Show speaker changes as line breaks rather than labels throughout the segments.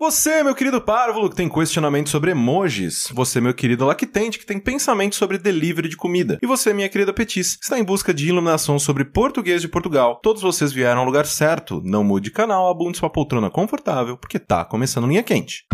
Você, meu querido párvulo, que tem questionamento sobre emojis. Você, meu querido lactente, que tem pensamento sobre delivery de comida. E você, minha querida Petis, que está em busca de iluminação sobre português de Portugal. Todos vocês vieram ao lugar certo. Não mude canal, abunde sua poltrona confortável, porque tá começando linha quente.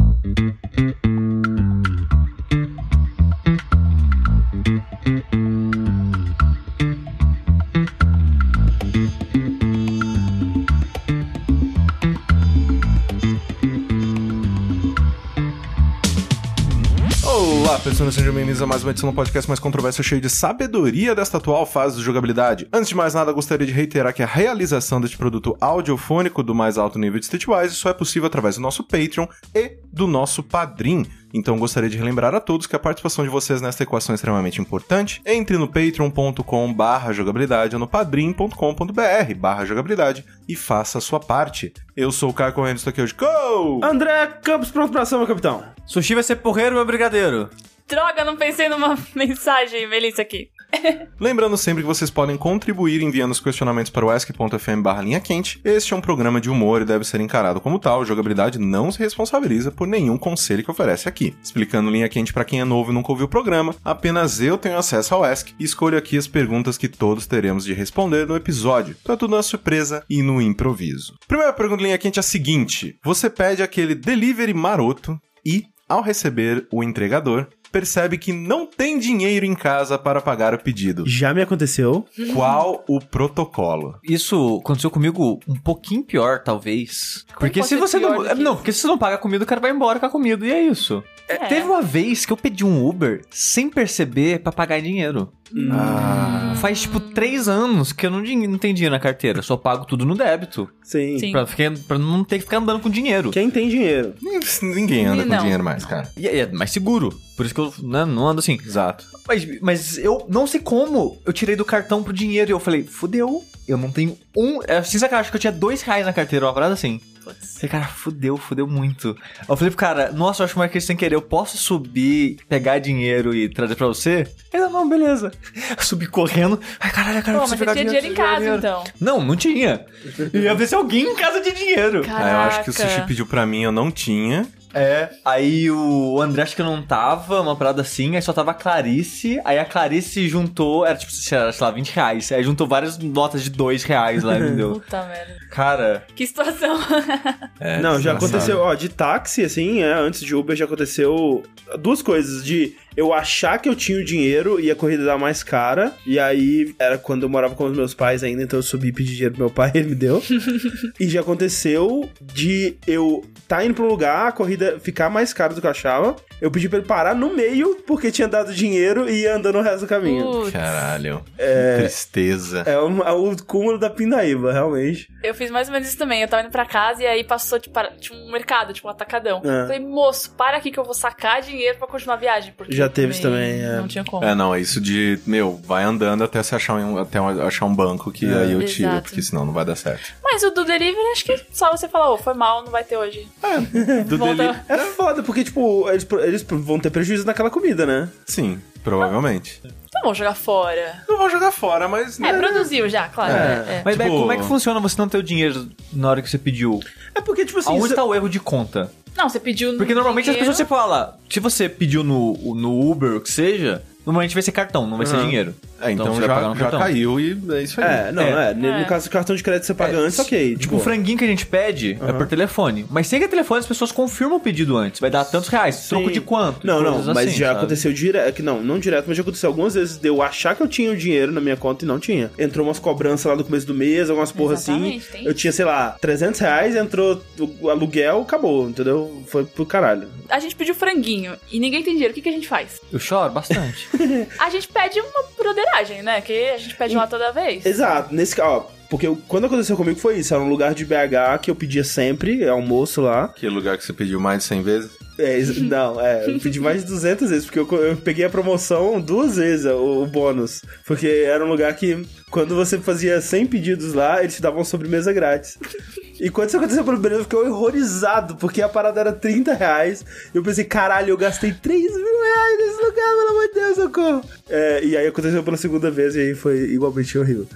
Olá, pessoas, sejam bem-vindos a mais uma edição do podcast mais controverso cheio de sabedoria desta atual fase de jogabilidade. Antes de mais nada, gostaria de reiterar que a realização deste produto audiofônico do mais alto nível de Streetwise só é possível através do nosso Patreon e do nosso Padrim. Então gostaria de relembrar a todos que a participação de vocês nesta equação é extremamente importante. Entre no patreon.com barra jogabilidade ou no padrim.com.br barra jogabilidade e faça a sua parte. Eu sou o Caio Correndo, estou aqui hoje. Go!
André Campos, pronto pra ação, meu capitão.
Sushi vai ser porreiro, meu brigadeiro.
Droga, não pensei numa mensagem, Melissa, aqui.
Lembrando sempre que vocês podem contribuir enviando os questionamentos para o ask.fm barra linha quente. Este é um programa de humor e deve ser encarado como tal. Jogabilidade não se responsabiliza por nenhum conselho que oferece aqui. Explicando linha quente para quem é novo e nunca ouviu o programa, apenas eu tenho acesso ao ask e escolho aqui as perguntas que todos teremos de responder no episódio. Então é tudo na surpresa e no improviso. Primeira pergunta de linha quente é a seguinte: você pede aquele delivery maroto e, ao receber o entregador, percebe que não tem dinheiro em casa para pagar o pedido.
Já me aconteceu.
Qual o protocolo?
Isso aconteceu comigo um pouquinho pior, talvez. Porque
pode
se
ser
você
pior
não.
do
é,
que
Não,
isso?
porque se você não paga a comida, o cara vai embora com a comida. E é isso. É,
É.
Teve uma vez que eu pedi um Uber sem perceber pra pagar em dinheiro.
Ah.
Faz tipo três anos que eu não, din- não tenho dinheiro na carteira. Só pago tudo no débito.
Sim.
Sim.
Pra, ficar- pra não ter que ficar andando com dinheiro.
Quem tem dinheiro?
Ninguém anda com
Não.
dinheiro mais, cara.
E é é mais seguro. Por isso que eu né, não ando assim.
Exato.
Mas, mas eu não sei como eu tirei do cartão pro dinheiro e eu falei, fudeu, eu não tenho um. Eu fiz a caixa que eu tinha dois reais na carteira, uma parada assim.
Putz.
Falei, cara, fudeu, fudeu muito. Aí eu falei pro cara, nossa, eu acho que eu marquei isso sem querer, eu posso subir, pegar dinheiro e trazer pra você? Ele, não, beleza. Eu subi correndo, ai caralho, cara, eu
Pô, mas
É, preciso
você
pegar
tinha dinheiro em casa,
dinheiro.
então.
Não, não tinha. E eu ia ver se alguém em casa de dinheiro.
Caraca.
Ah, eu acho que o sushi pediu pra mim, eu não tinha.
É, aí o André acho que não tava, uma parada assim, aí só tava a Clarice, aí a Clarice juntou, era tipo, sei lá, sei lá, 20 reais, aí juntou várias notas de 2 reais lá, entendeu?
Puta merda.
Cara,
Que situação.
É,
não,
desgraçado.
já aconteceu, ó, de táxi, assim, é, antes de Uber já aconteceu duas coisas. De eu achar que eu tinha o dinheiro e a corrida dar mais cara. E aí era quando eu morava com os meus pais ainda, então eu subi e pedi dinheiro pro meu pai, ele me deu. e já aconteceu de eu tá indo pra um lugar, a corrida ficar mais cara do que eu achava. Eu pedi pra ele parar no meio, porque tinha dado dinheiro e ia andando o resto do caminho.
Putz.
Caralho. É... Tristeza.
É um- é o cúmulo da pindaíba, realmente.
Eu fiz mais ou menos isso também. Eu tava indo pra casa e aí passou, tipo, para- tinha um mercado, tipo, um atacadão.
É.
Falei, moço, para aqui que eu vou sacar dinheiro pra continuar a viagem. Porque
Já teve isso também, é.
Não tinha como.
É, não, é isso de, meu, vai andando até você achar um, até um- achar um banco que
É.
aí eu tiro,
Exato.
porque senão não vai dar certo.
Mas o do delivery, acho que só você falar, ô, foi mal, não vai ter hoje.
Do
Volta-
deli-
É foda, porque, tipo, eles, eles vão ter prejuízo naquela comida, né?
Sim, provavelmente.
Não vou Então jogar fora.
Não vou jogar fora, mas.
É,
né?
produziu já, claro.
É.
É.
mas
Tipo-
velho, como é que funciona você não ter o dinheiro na hora que você pediu?
É porque, tipo assim.
Aonde
cê-
tá o erro de conta?
Não, você pediu no
Porque normalmente as
dinheiro.
pessoas você fala, se você pediu no, no Uber, o que seja, normalmente vai ser cartão, não vai ser
Uhum.
dinheiro.
É, então,
você vai pagar
já,
no
já
cartão.
caiu e é isso aí.
É, não, é.
É.
No
É.
caso do cartão de crédito você paga antes, ok.
Tipo, o franguinho que a gente pede é
Aham.
por telefone. Mas sem que é telefone, as pessoas confirmam o pedido antes. Vai dar tantos reais, troco de quanto?
Não, não,
Coisas
mas
assim,
já
sabe?
aconteceu direto. Não, não direto, mas já aconteceu algumas vezes de eu achar que eu tinha o dinheiro na minha conta e não tinha. Entrou umas cobranças lá no começo do mês, algumas porra assim.
Exatamente, tem
Eu tinha, sei lá, 300 reais, entrou o aluguel, acabou, entendeu? Foi pro caralho.
A gente pediu franguinho e ninguém tem dinheiro. O que, que a gente faz?
Eu choro bastante.
A gente pede uma broderagem, né? Que a gente pede uma toda vez.
Exato, nesse caso, ó, porque eu- quando aconteceu comigo foi isso, era um lugar de BH que eu pedia sempre, almoço lá.
Aquele lugar que você pediu mais de 100 vezes?
É, is- não, é, eu pedi mais de 200 vezes, porque eu, co- eu peguei a promoção duas vezes, o, o bônus. Porque era um lugar que Quando você fazia 100 pedidos lá, eles te davam sobremesa grátis. E quando isso aconteceu pelo primeiro, eu fiquei horrorizado, porque a parada era 30 reais. E eu pensei, caralho, eu gastei 3 mil reais nesse lugar, pelo amor de Deus, socorro. É, e aí aconteceu pela segunda vez, e aí foi igualmente horrível.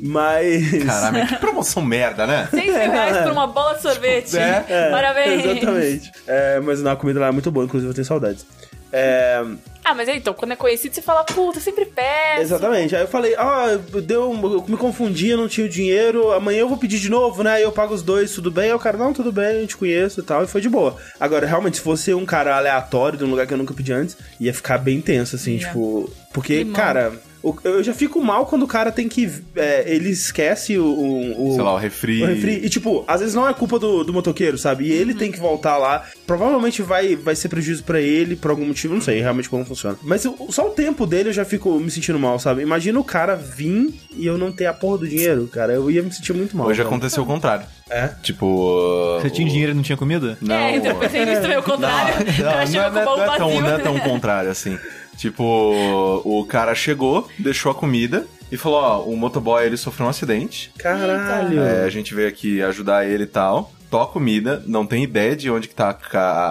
Mas.
Caralho, que promoção merda, né?
100 reais por uma bola de sorvete.
É,
Parabéns.
Exatamente. É, mas na comida lá é muito boa, inclusive eu tenho saudades. É,
Ah, mas então, quando é conhecido, você fala, puta, eu sempre peço.
exatamente. Aí eu falei, ah, deu, um- eu me confundi, eu não tinha o dinheiro, amanhã eu vou pedir de novo, né? Aí eu pago os dois, tudo bem? Aí o cara, não, tudo bem, eu te conheço e tal, e foi de boa. Agora, realmente, se fosse um cara aleatório de um lugar que eu nunca pedi antes, ia ficar bem tenso, assim,
Ia.
tipo. Porque,
Limão.
cara, o- eu já fico mal quando o cara tem que. é, ele esquece o. o- o-
Sei lá, o refri.
o refri. E, tipo, às vezes não é culpa do, do motoqueiro, sabe? E ele tem que voltar lá. Provavelmente vai, vai ser prejuízo pra ele por algum motivo, não sei realmente como funciona. Mas o- só o tempo dele eu já fico me sentindo mal, sabe? Imagina o cara vir e eu não ter a porra do dinheiro, cara. Eu ia me sentir muito mal.
Hoje
cara.
aconteceu o contrário.
então. É?
Tipo.
Você tinha
o-
dinheiro e não tinha comida?
Não.
É, então eu pensei nisso também, o contrário.
Não,
Ela chegou com o baú
não é tão,
vazio.
não é tão contrário assim. Tipo, o cara chegou, deixou a comida e falou: Ó, o motoboy ele sofreu um acidente.
Caralho.
É, a gente veio aqui ajudar ele e tal. Tó a comida, não tem ideia de onde que tá a, ca- a,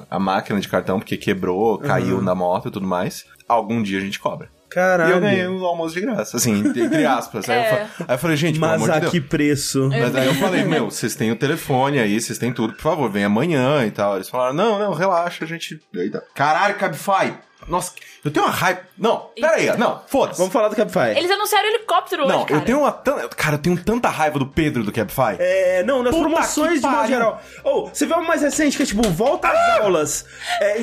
a- a máquina de cartão, porque
Uhum.
quebrou, caiu na moto e tudo mais. Algum dia a gente cobra.
Caralho.
E eu ganhei um almoço de graça, assim, entre aspas. Aí, eu
É.
fa- aí eu falei, gente, pelo
Mas
amor de
a
Deus.
que preço?
Mas aí eu falei, meu, vocês têm o telefone aí, vocês têm tudo, por favor, vem amanhã e tal. Eles falaram, não, não, relaxa, a gente. Eita. Caralho, Cabify! Nossa, eu tenho uma raiva. Não, peraí, não, foda-se.
Vamos falar do Cabify.
Eles anunciaram helicóptero
Não,
hoje, cara.
eu tenho uma. tan- Cara, eu tenho tanta raiva do Pedro do Cabify.
É, não, nas
Puta que
promoções de modo
pariu. Ah!
geral. Ou, você vê uma mais recente que é tipo, volta às aulas. É,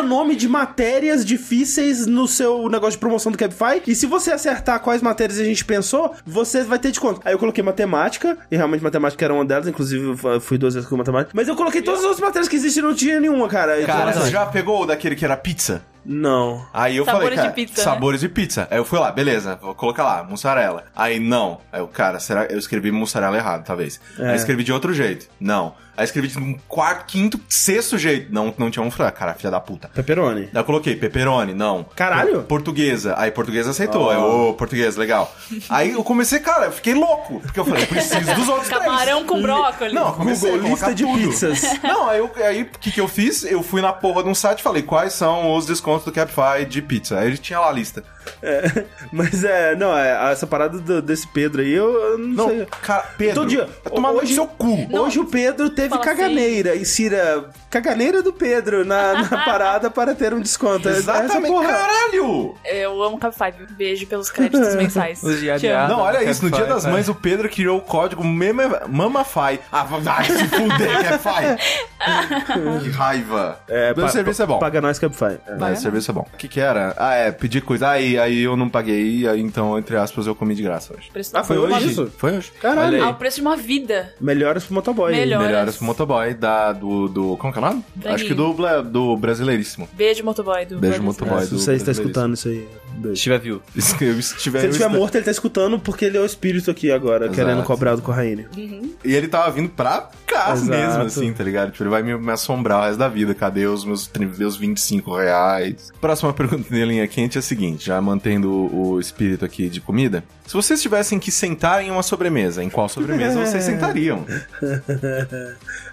o nome de matérias difíceis no seu negócio de promoção do Cabify. E se você acertar quais matérias a gente pensou, você vai ter desconto. Aí eu coloquei matemática, e realmente matemática era uma delas, inclusive eu fu- fui duas vezes com matemática. Mas eu coloquei todas as outras matérias que existiam e não tinha nenhuma, cara. Eu
Cara,
tô-
você já pegou o daquele que era pizza?
Não.
Aí eu
Sabores
falei, cara,
de pizza, né?
sabores de pizza. Aí eu fui lá, beleza, vou colocar lá, mussarela. Aí não. Aí eu, cara, será eu escrevi mussarela errado, talvez.
É.
Aí escrevi de outro jeito. Não. Aí escrevi de um quarto, quinto, sexto jeito. Não, não tinha um fra- cara, filha da puta.
Pepperoni.
Daí eu coloquei pepperoni, não.
Caralho. Ah.
Por- Portuguesa. Aí portuguesa aceitou. Aí, Ô, portuguesa, legal. Aí eu comecei, cara, eu fiquei louco. Porque eu falei, eu preciso dos outros três.
Camarão com brócolis.
Não, comecei a
Google,
colocar
lista de
tudo.
pizzas.
Não, aí eu- aí o que, que eu fiz? Eu fui na porra de um site e falei quais são os descontos do Capify de pizza. Aí ele tinha lá a lista.
É, mas é, não, é, essa parada do- desse Pedro aí, eu, eu não,
Não,
sei.
cara, Pedro,
Todo dia.
vai tomar no
Hoje-
seu cu.
Hoje o Pedro teve
Fala assim.
caganeira. Insira caganeira do Pedro na, na parada para ter um desconto. É- é essa
Exatamente,
porra.
caralho!
Eu amo Cabify. Beijo pelos créditos mensais.
Os de
Te
IADA.
amo.
Não, olha
Ah, Capify,
isso, no Dia das
vai.
Mães o Pedro criou o código mema- Mamafy. Ah, vai se fuder, Capify! que raiva.
É,
Meu
pa-
serviço é bom.
Paga nós Cabify. É.
Mas o serviço é bom. O que que era? Ah, é, pedir coisa. Aí, aí eu não paguei, aí então, entre aspas, eu comi de graça hoje.
Preço
Ah, foi
do-
hoje isso?
Foi hoje.
Caralho.
Olha
Ah,
aí.
o preço de uma vida.
Melhores pro motoboy. né? hein?
Melhor. Olha
Melhoras
só.
pro motoboy da, do, do. Como que é o nome?
Braguinho.
Acho que do, bla- do brasileiríssimo.
Beijo, motoboy. Do
Beijo,
Brasil.
motoboy.
É,
do
se você está
brasileiro.
escutando isso aí. Beijo.
Steve viu.
Se eu estiver-
Se ele estiver
eu esta-
morto, ele tá escutando porque ele é o espírito aqui agora,
Exato.
querendo cobrar do Corraine.
E ele tava vindo pra cá
Exato.
mesmo, assim, tá ligado? Tipo, ele vai me, me assombrar o resto da vida. Cadê os meus, tri- meus 25 reais? Próxima pergunta da linha quente é a seguinte, já mantendo o, o espírito aqui de comida. Se vocês tivessem que sentar em uma sobremesa, em qual sobremesa vocês sentariam?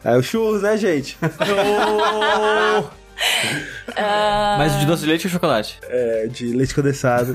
É o churros, né, gente?
Mas o de doce de leite ou chocolate?
É, de leite condensado.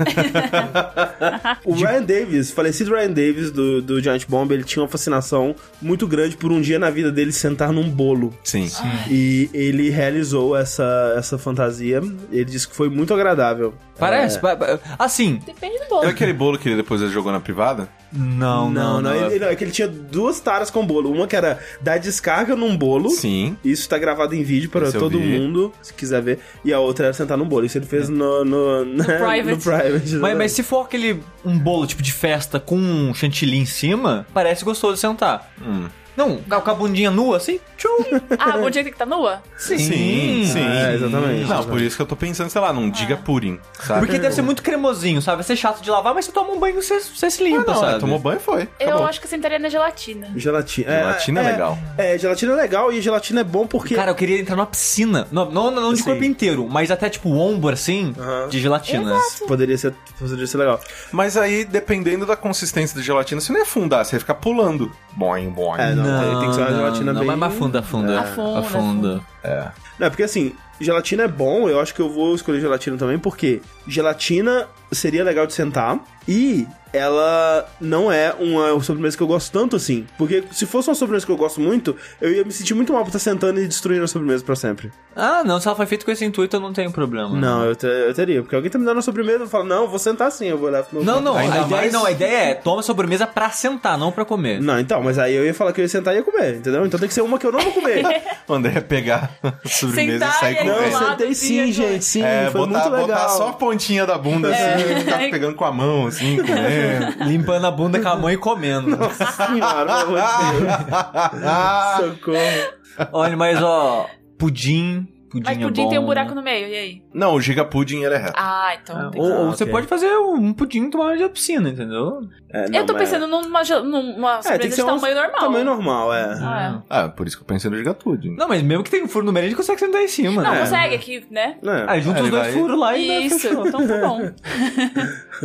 o Ryan Davis, falecido Ryan Davis do, do Giant Bomb, ele tinha uma fascinação muito grande por um dia na vida dele sentar num bolo.
Sim.
E ele realizou essa, essa fantasia. Ele disse que foi muito agradável. É.
Parece. pa- pa- Assim.
Depende do bolo.
É aquele bolo que ele depois ele jogou na privada?
Não,
Não, não, ele- não, é que ele tinha duas taras com bolo. Uma que era dar descarga num bolo.
Sim.
Isso tá gravado em vídeo para
Esse eu
todo
vi.
mundo, se quiser ver. E a outra era sentar num bolo. Isso ele fez no, no, no
private.
no private,
Mas, mas
exatamente.
se for aquele um bolo tipo de festa com um chantilly em cima, parece gostoso de sentar.
Hum.
Não, com a bundinha nua, assim. Tchum.
Ah, bom dia tem que tá nua?
Sim, Ah,
sim.
É, exatamente.
Não, por isso que eu tô pensando, sei lá,
Ah.
num diga purim, sabe?
Porque deve ser muito cremosinho, sabe? Vai ser chato de lavar, mas você toma um banho e você, você se limpa,
Ah, não,
sabe?
é, tomou banho e foi.
Eu
Acabou.
acho que eu sentaria na gelatina.
Gelatina.
Gelatina é legal.
É, gelatina é legal e gelatina é bom porque.
Cara, eu queria entrar numa piscina. Não, não, não de
Sim.
corpo inteiro, mas até tipo o ombro, assim,
Aham.
de gelatina.
Poderia ser, poderia ser legal.
Mas aí, dependendo da consistência da gelatina, você não ia afundar, você ia ficar pulando. Boing, boing.
É, não. tem- tem que ser uma gelatina
não,
bem-
Mas mas afunda, afunda.
Afunda,
Afunda.
Não, é porque assim, gelatina é bom, eu acho que eu vou escolher gelatina também, porque gelatina seria legal de sentar e ela não é uma sobremesa que eu gosto tanto assim. Porque se fosse uma sobremesa que eu gosto muito, eu ia me sentir muito mal por estar sentando e destruindo a sobremesa pra sempre.
Ah, não, se ela foi feita com esse intuito, eu não tenho problema.
Não, eu, te- eu teria, porque alguém tá me dando uma sobremesa, eu falo, não, eu vou sentar sim, eu vou olhar pro meu
Não, não,
Ainda
a ideia,
mais-
não, a ideia é toma sobremesa pra sentar, não pra comer.
Não, então, mas aí eu ia falar que eu ia sentar e ia comer, entendeu? Então tem que ser uma que eu não vou comer.
O André ia pegar a sobremesa
Sentar
e sair
e aí
não, eu
correndo.
lá.
sentei sim, gente, sim,
É,
foi
botar,
muito legal.
botar só a pontinha da bunda,
É.
assim, ficar pegando com a mão, assim, comendo.
É, Limpando a bunda com a mão e comendo.
Senhora, pelo amor de Deus,
Ah,
socorro.
Olha, mas ó, pudim. Pudim
Mas
é
pudim
bom.
tem um buraco no meio, e aí?
não, o giga pudim ele é reto.
Ah, então.
Ou, ou
Ah,
você
ok.
pode fazer um pudim e tomar uma piscina, entendeu?
É, não,
Eu tô
mas-
pensando numa, ge- numa
É, tem que
sobremesa
ser
de
um
tamanho normal.
Tamanho normal, é.
Ah, é.
Ah, por isso que eu pensei no giga pudim.
Não, mas mesmo que tenha um furo no meio, a gente consegue sentar em cima,
Não,
né?
consegue aqui, né?
É.
Aí junta
Ele
os dois
vai-
furos lá e dá,
Isso,
fechou.
então tá bom.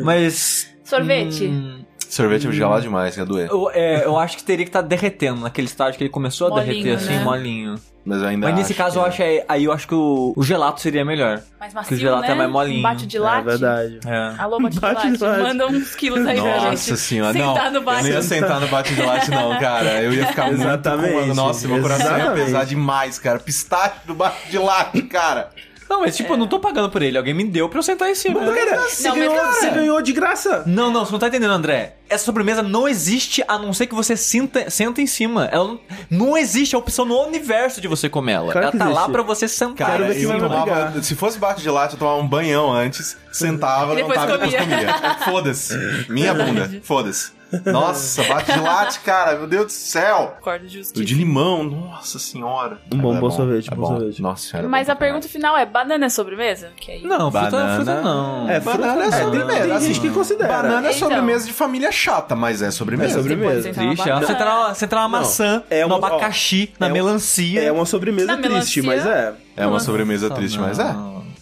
Mas.
Sorvete.
hum,
Sorvete eu gelado demais, ia doer.
eu, é, eu acho que teria que estar derretendo naquele estágio que ele começou a
Molinho,
derreter, assim,
né?
molinho.
Mas eu ainda
Mas nesse
acho
caso,
que-
eu acho aí, aí eu acho que o, o gelato seria melhor.
Mais
Que
macio,
o gelato
né?
é mais molinho.
Bate de
É
latte.
verdade.
É.
Alô, bate de
Bate de
latte.
latte.
Manda uns quilos aí pra
Nossa
gente.
senhora,
Sentar
não.
no
eu
bate.
não ia sentar no bate de latte, não, cara. Eu ia ficar muito.
Exatamente.
com- Nossa, meu coração ia
Exatamente.
pesar demais, cara. Pistache do bate de latte, cara.
Não, mas tipo, eu não tô pagando por ele. Alguém me deu pra eu sentar em cima.
Cara, você,
Não, mas
ganhou,
cara-
você ganhou de graça.
Não, não, você não tá entendendo, André. Essa sobremesa não existe a não ser que você sinta, senta em cima. Ela não, não existe a opção no universo de você comer ela.
Claro
ela
que
tá lá
existe.
pra você sentar.
Cara,
ver quem vai
eu
me
tomava.
brigar.
Se fosse bate de latte, eu tomava um banhão antes, sentava,
Depois
levantava e depois
comia.
comia. Foda-se. Minha bunda. Foda-se. Nossa, bate de latte, cara. Meu Deus do céu.
Concordo,
O
justiça.
de limão, nossa senhora.
Um bom,
É
bom sorvete,
é
bom sorvete.
Nossa senhora. é
Mas
bom
a
pra
pergunta final é: banana é sobremesa? Que aí.
Não, fruta,
Banana.
fruta não.
É,
caralho. Banana é
fruta-
sobremesa.
tem- Tem gente
assim.
que considera.
Banana é
Então.
sobremesa de família chata, mas é sobremesa.
É sobremesa.
Você pode sentar numa
Triste, ela
banana.
senta na, você entra na
Não,
maçã,
é
no
uma- ó,
abacaxi, na
é um-
melancia.
É uma sobremesa
Na
triste, mas é.
É uma
Nossa,
sobremesa
Nossa,
triste,
não.
mas é.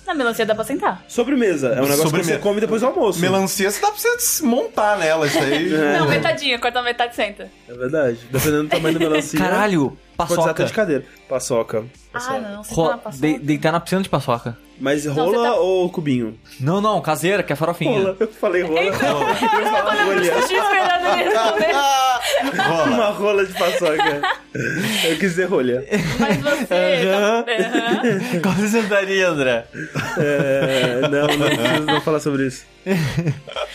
Na melancia dá pra sentar.
Sobremesa. É um negócio
Sobremesa.
que você come depois do almoço.
Melancia, você dá pra você se montar nela, isso aí.
Não, metadinha, corta a metade e senta.
É verdade. Dependendo do tamanho da melancia.
Caralho,
Pode usar até
paçoca.
de cadeira. Paçoca.
Ah,
Paçoca.
não, você
Ro-
tá passando.
de- deitar na piscina de paçoca.
Mas
você
rola
tá-
ou cubinho?
Não, não, caseira, que é farofinha.
Rola. Eu falei rola.
tá
Rola.
Eu falei
Eu
olha.
tinha esperado ele responder.
Rola.
Uma rola de paçoca. Eu quis dizer rolha.
Mas você. tá- Aham.
Qual você sentaria, André?
É, não, não preciso não falar sobre isso.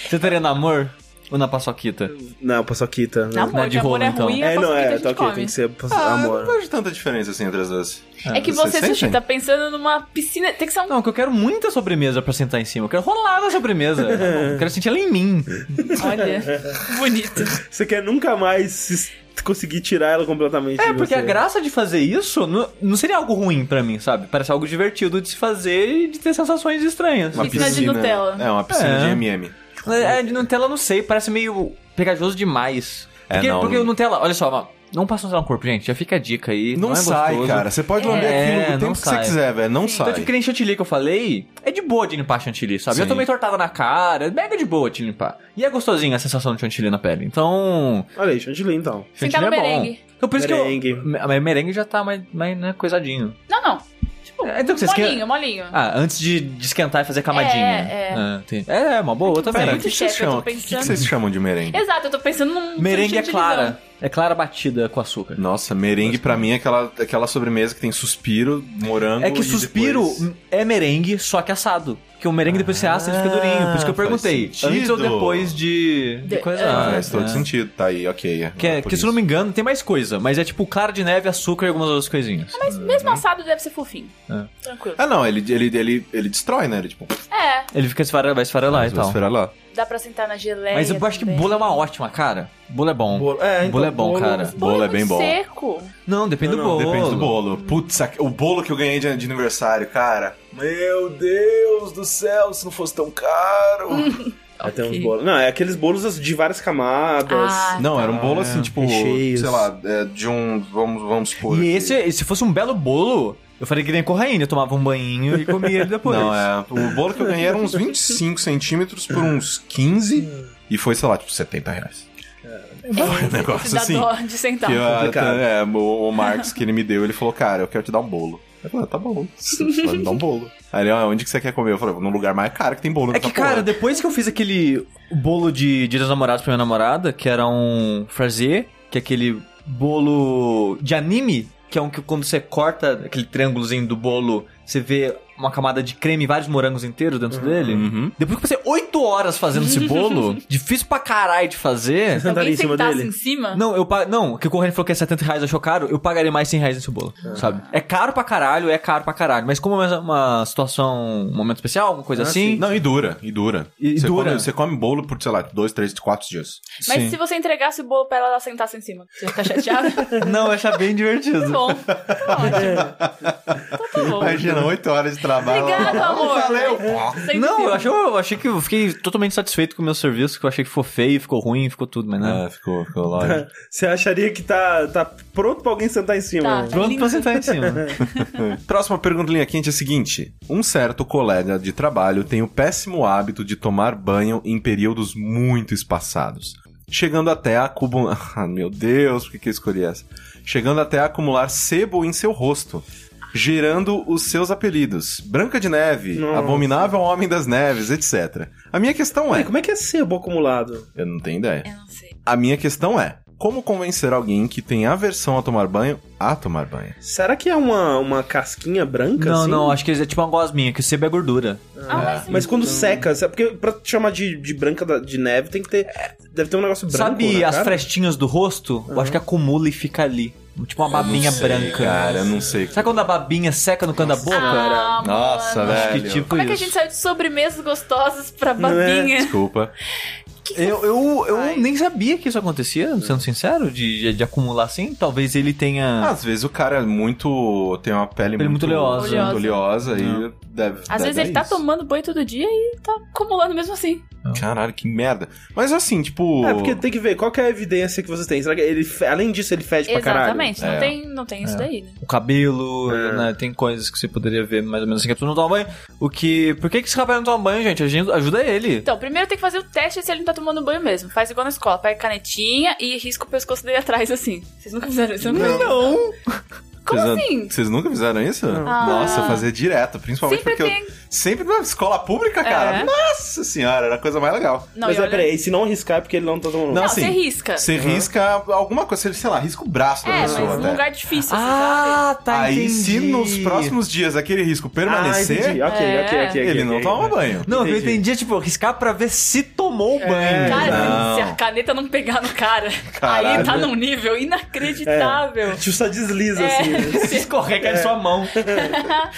Você estaria na amor ou na paçoquita?
Não, paçoquita. né?
Na amor,
Não é de
que amor
rolo,
é
então.
ruim,
É,
a
não,
paçoquita a
é,
gente
tá ok,
come.
tem que ser paço-
Ah, eu
amor.
não vejo tanta diferença assim entre as duas.
É que
Vocês
você, Sushi,
sentem?
tá pensando numa piscina. Tem que ser um.
Não, que eu quero muita sobremesa pra sentar em cima. Eu quero rolar na sobremesa. eu quero sentir ela em mim.
Olha, bonito.
Você quer nunca mais se- conseguir tirar ela completamente.
É,
de
porque
você.
a graça de fazer isso não, não seria algo ruim pra mim, sabe? Parece algo divertido de se fazer e de ter sensações estranhas.
Uma
Piscina de Nutella.
É, uma piscina
É.
de MM.
É, de Nutella eu não sei, parece meio pegajoso demais.
É,
Porque,
não.
porque o Nutella, olha só, ó, não passa um Nutella no corpo, gente. Já fica a dica aí.
Não,
é
sai,
gostoso.
cara. Você pode lamber
É,
aquilo o
não
tempo que você
sai.
quiser, velho. Não
Então,
sai.
tipo, que nem chantilly que eu falei, é de boa de limpar chantilly, sabe? Eu
Sim.
tomei tortada na cara, é mega de boa de limpar. E é gostosinho a sensação de chantilly na pele. Então,
Olha aí, chantilly então.
Sentar tá no
chantilly é bom.
merengue.
Então, por isso
Merengue.
que eu... Me- Mas merengue já tá mais, mais né, coisadinho.
Não, não. Tipo,
É, então, que vocês
molinho,
querem-
molinho.
Ah, antes de, de esquentar e fazer camadinha.
É, é.
Ah, tem- é, é uma boa também.
Peraí,
muito
o que vocês
chefe, eu tô
chamam? O que, que
pensando.
vocês chamam de merengue?
Exato, eu tô pensando num.
Merengue é
sushi de
clara.
limão.
É clara batida com açúcar.
Nossa, merengue pra mim é aquela, aquela sobremesa que tem suspiro, morango
É que
e
suspiro
depois-
é merengue, só que assado. Porque porque o merengue depois você assa, ele fica durinho. Por isso que eu
Ah, faz
perguntei. Antes ou
sentido. Ah,
depois de, de
De-
coisar.
faz todo
né?
sentido. Tá aí, ok. é
Que, é-
por
que se eu não
isso.
me engano, tem mais coisa, mas é tipo clara de neve, açúcar e algumas outras coisinhas.
Mas mesmo
Uhum.
assado deve ser fofinho.
É.
Tranquilo.
Ah, não, ele, ele, ele, ele destrói, né? Ele, tipo,
É,
Ele fica esfara, vai esfarelar e
Ah, vai
tal.
esfregar lá.
dá pra sentar na geleia.
Mas eu acho que
também.
bolo é uma ótima, cara. Bolo é bom.
Bolo- é, então,
Bolo é bom,
bolo-
cara.
Bolo,
Bolo é
muito
bem bom.
seco.
Não, depende
Não,
do
não,
bolo.
Depende do bolo. Putz, aque- o bolo que eu ganhei de, de aniversário, cara. Meu Deus do céu, se não fosse tão caro.
Hum.
É, tem uns
Ok.
bolos. Não, é aqueles bolos de várias camadas.
Ah,
não, era um
Ah,
bolo assim, tipo,
recheios.
sei lá, é, de um. Vamos, vamos supor.
E
que-
esse, se fosse um belo bolo, eu faria que nem corraína, eu tomava um banhinho e comia ele depois.
Não, é. O bolo que eu ganhei era uns 25 centímetros por uns 15. E foi, sei lá, tipo, 70 reais.
É,
Foi um negócio
É, dá
assim.
dó de
tá.
sentar.
Que eu-
complicado.
é, o, o Marx que ele me deu, ele falou, cara, eu quero te dar um bolo. Eu falei, ah, tá bom, você vai me dar um bolo. Aí ele, ah, onde que você quer comer? Eu falei, num lugar mais caro que tem bolo.
É que,
nessa porra."
cara, depois que eu fiz aquele bolo de Dia dos Namorados pra minha namorada, que era um fraser, que é aquele bolo de anime, que é um que quando você corta aquele triângulozinho do bolo, você vê uma camada de creme e vários morangos inteiros dentro dele.
Uhum.
Depois que eu passei 8 horas fazendo esse bolo, difícil pra caralho de fazer.
Se
Sentar ali
alguém
em cima
sentasse
dele?
em cima,
Não, eu pa- não, que o Corrêa falou que é 70 reais, achou caro, eu pagaria mais 100 reais nesse bolo, sabe? É caro pra caralho, é caro pra caralho, mas como é uma situação, um momento especial, alguma coisa
Ah,
assim,
Não, e dura, e dura.
E- e
você
dura.
Come, você come bolo por, sei lá, dois, três, quatro dias.
mas
sim.
se você entregasse o bolo pra ela, ela sentasse em cima. Você ia ficar chateada? tá
Não, eu achar bem divertido.
bom. Tá ótimo. Então tá bom.
Imagina, oito horas de trabalho.
Obrigado, amor.
Valeu.
Senta em
Não,
cima.
eu achei, eu achei que eu fiquei totalmente satisfeito com o meu serviço, que eu achei que ficou feio, ficou ruim, ficou tudo, mas não.
Ah, ficou, ficou lógico.
Você acharia que tá, tá pronto pra alguém sentar em cima.
Tá.
né?
Pronto pra
lindo.
sentar em cima.
Próxima pergunta linha quente é a seguinte: Um certo colega de trabalho tem o péssimo hábito de tomar banho em períodos muito espaçados, chegando até a acumular. Ah, meu Deus, por que, que eu escolhi essa? Chegando até a acumular sebo em seu rosto. Gerando os seus apelidos: Branca de Neve,
Nossa.
Abominável Homem das Neves, etc. A minha questão
Ué,
é.
como é que é sebo acumulado?
Eu não tenho ideia.
Eu não sei.
A minha questão é: como convencer alguém que tem aversão a tomar banho a tomar banho?
Será que é uma, uma casquinha branca?
Não,
assim?
não, acho que é tipo uma gosminha, que o sebo é gordura.
Ah, mas,
Mas quando
Não.
seca, sabe? porque pra te chamar de, de branca da- de neve tem que ter. Deve ter um negócio branco.
Sabe
né,
as
cara?
frestinhas do rosto? Eu acho que acumula e fica ali. Tipo uma babinha
Eu não sei,
branca.
Cara, eu não sei.
Sabe quando a babinha seca no canto da boca?
Ah, mano.
Nossa,
Acho
velho.
que tipo
Como é que
é,
a
isso.
gente saiu de sobremesas gostosas pra
Não é?
babinha?
Desculpa.
Eu, eu, eu
Ai.
nem sabia que isso acontecia, sendo sincero, de, de, de acumular assim. Talvez ele tenha.
Às vezes o cara é muito. tem uma pele
Pele muito oleosa.
muito oleosa
Não.
e deve.
Às
deve
vezes
é
ele tá
isso.
tomando banho todo dia e tá acumulando mesmo assim.
Caralho, que merda. Mas assim, tipo.
É, porque tem que ver qual que é a evidência que você tem. Será que ele, fe- além disso, ele fede pra caralho?
Exatamente. Não,
É.
tem, não tem isso daí, né?
o cabelo,
É.
né? Tem coisas que você poderia ver mais ou menos assim que a pessoa não toma banho. O que. Por que, que esse rapaz não toma banho, gente? A gente ajuda ele.
Então, primeiro tem que fazer o teste se ele não tá tomando banho mesmo. Faz igual na escola. Pega canetinha e risca o pescoço dele atrás, assim. Vocês nunca fizeram isso? Eu nunca fiz. Como
Vocês-
assim?
Vocês nunca fizeram isso?
Não.
Ah.
Nossa, eu fazia direto, principalmente
Sempre
porque
tem.
eu. Sempre na escola pública, cara.
É.
Nossa senhora, era a coisa mais legal.
Não,
Mas
e
é,
olha-
peraí, se não arriscar é porque ele não tá tomando.
Não,
Não,
assim,
você risca.
Você risca alguma coisa, sei lá, risca o braço da
É, mas
pessoa.
num
até.
lugar difícil, assim, sabe?
né? Ah, tá.
Aí,
entendi.
se nos próximos dias aquele risco
Ah, entendi.
permanecer,
Ok, ok,
É.
ok, ok,
ele
ok,
não
ok.
toma banho.
Não, eu
Entendi. É.
entendi, tipo, riscar pra ver se tomou o banho.
tá? Cara,
Não.
se a caneta não pegar no cara, aí
Caralho. É.
tá num nível inacreditável.
Tipo, só
É.
desliza assim. né?
se escorrega em sua mão.
Não,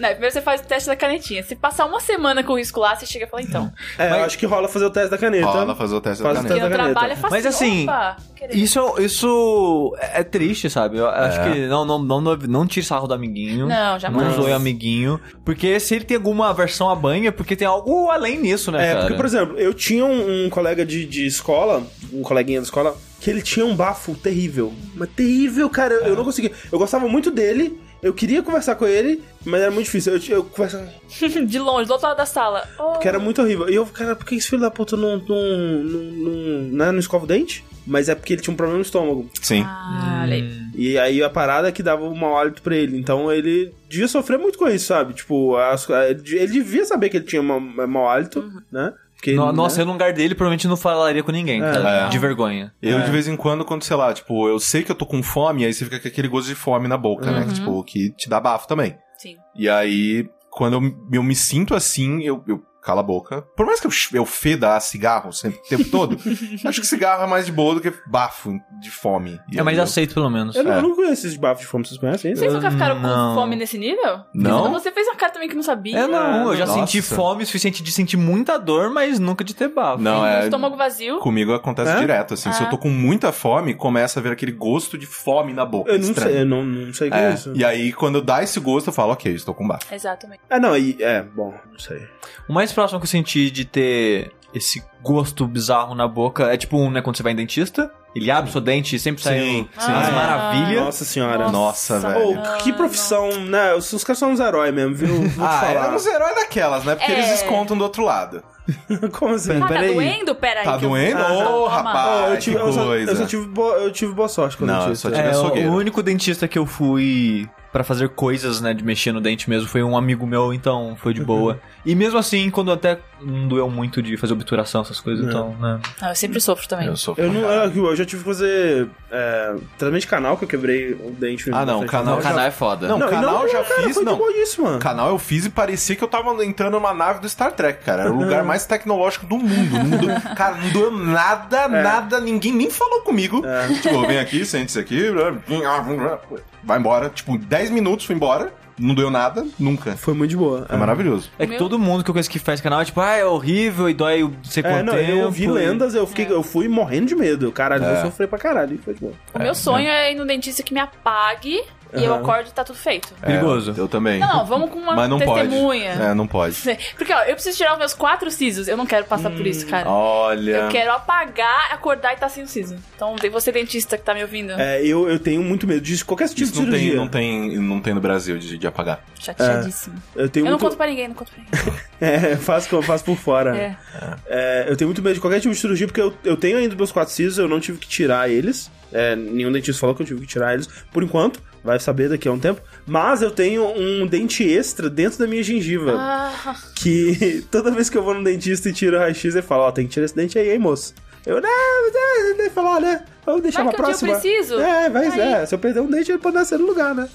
Né, primeiro você faz o teste da canetinha. Se passar uma semana com o risco lá, você chega e fala, então.
É,
Mas-
eu acho que rola fazer o teste da caneta.
Ó, ela faz o teste da
Faz o
caneta.
Porque
teste.
no
da caneta.
trabalho é fácil.
Mas assim,
Opa, vou querer.
Isso, isso é triste, sabe? Eu acho que não, não, não, não tire sarro do amiguinho.
Não, jamais.
Não zoe o amiguinho. Porque se ele tem alguma aversão à banha, é porque tem algo além nisso, né,
É,
cara?
porque, por exemplo, eu tinha um, um colega de, de escola, um coleguinha da escola, que ele tinha um bafo terrível. Mas terrível, cara, eu, eu não conseguia. Eu gostava muito dele, eu queria conversar com ele, mas era muito difícil. Eu, eu conversava.
De longe, do outro lado da sala. Oh,
Porque era muito horrível. E eu, cara, por que esse filho da puta não. não, não, não, não, é, não escova o dente? Mas é porque ele tinha um problema no estômago.
Sim.
Ah, olha
Hum.
aí.
E aí a parada é que dava um mau hálito pra ele. Então ele devia sofrer muito com isso, sabe? Tipo, as- ele ele devia saber que ele tinha ma- mau hálito, né? Porque,
No-
né?
Nossa, eu no lugar dele provavelmente não falaria com ninguém,
É.
cara.
É.
De vergonha.
Eu,
É.
de vez em quando, quando, sei lá, tipo, eu sei que eu tô com
Uhum.
fome, aí você fica com aquele gosto de fome na boca, né? Que, tipo, que te dá bafo também.
Sim.
E aí, quando eu, eu me sinto assim, eu, eu cala a boca. Por mais que eu, eu feda a cigarro sempre, o tempo todo, acho que cigarro é mais de boa do que bafo de fome. E
É, mas
eu-
aceito pelo menos.
Eu, não,
É.
eu não conheço esses bafos de fome, vocês conhecem isso?
Vocês nunca ficaram
Não.
com fome nesse nível?
Não?
Você fez uma cara também que não sabia.
É, não, eu já
Nossa.
senti fome o suficiente de sentir muita dor, mas nunca de ter bafo.
Não, é.
um Estômago vazio.
Comigo acontece
É?
direto, assim. Se
Ah.
eu tô com muita fome, começa a vir aquele gosto de fome na boca.
Eu não
estranho.
sei, eu não, não sei o que é,
É,
isso.
e aí, quando dá esse gosto, eu falo, ok, estou com bafo.
Exatamente.
Ah, não, e, é, bom, não sei.
O mais próximo que eu senti de ter esse gosto bizarro na boca é tipo um, né, quando você vai em dentista, ele abre o seu dente e sempre sai
Sim,
um-
sim.
umas
Ah, é.
maravilhas.
Nossa senhora.
Nossa,
Ô,
Ah,
velho.
que profissão, né? Os, os caras são uns heróis mesmo, viu? Vou te
Ah,
Ah,
falar.
eram os heróis daquelas, né? Porque
É.
eles descontam do outro lado.
Como assim?
Ah, tá
Peraí.
doendo? Pera aí.
Tá
que eu-
doendo?
Ah,
Ô,
toma.
rapaz.
Ô, eu,
Ai,
tive,
que
eu, só, eu,
coisa.
só tive boa, eu tive boa sorte quando
Não,
eu
eu
tive.
só
isso.
tive-
É,
açougueira.
o único dentista que eu fui pra fazer coisas, né, de mexer no dente mesmo, foi um amigo meu, então foi de
Uhum.
boa. e mesmo assim, quando até não doeu muito de fazer obturação, essas
É.
coisas,
Não.
então, né.
Ah, eu sempre sofro também.
Eu sou
Eu, não, é, eu, eu já tive que fazer é, tratamento de canal, que eu quebrei o dente.
Ah, não,
na frente
canal-
do
canal-
já-
é foda.
Não,
Não, e
canal
não,
já
cara,
fiz,
foi
não.
de boa isso, mano.
canal eu fiz e parecia que eu tava entrando numa nave do Star Trek, cara. Era o lugar mais tecnológico do mundo. Não do- cara, não doeu
É.
nada, nada, ninguém nem falou comigo. Tipo, vem aqui, sente-se aqui, vai embora. Tipo, 10 minutos fui embora, não doeu nada, nunca.
Foi muito de boa.
É maravilhoso.
É que todo mundo que eu conheço que faz canal é tipo, ah, é horrível e dói não sei
É,
quanto
não,
tempo.
eu ouvi lendas, eu, fiquei, eu fui morrendo de medo. Caralho,
É.
eu sofri pra caralho. e Foi de boa.
O meu sonho é ir no dentista que me apague e eu
Aham.
acordo e tá tudo feito.
Perigoso.
É, eu também.
Não, não, vamos com uma
Mas não
testemunha.
pode. É, não pode.
Porque, ó, eu preciso tirar os meus quatro sisos. Eu não quero passar por isso, cara.
Olha.
Eu quero apagar, acordar e tá sem o siso. Então, você dentista que tá me ouvindo,
É, eu, eu tenho muito medo disso. Qualquer tipo
Isso
de
não tem,
cirurgia.
não, tem, não tem no Brasil de, de apagar.
chateadíssimo.
Eu tenho
Eu não
muito...
conto pra ninguém, não conto pra ninguém.
É, eu faço, eu faço por fora.
É.
É, eu tenho muito medo de qualquer tipo de cirurgia, porque eu, eu tenho ainda os meus quatro sisos, eu não tive que tirar eles. É, nenhum dentista falou que eu tive que tirar eles, por enquanto. Vai saber daqui a um tempo. Mas eu tenho um dente extra dentro da minha gengiva.
Ah,
Que toda vez que eu vou no dentista e tiro o raio-x, ele fala, ó, tem que tirar esse dente aí, hein, moço. Eu, não, mas é", ele fala, né? Vamos deixar
Vai
uma
que um dia eu
próxima.
preciso. Tá
É, mas
Aí.
é, se eu perder um dente, ele pode nascer no lugar, né?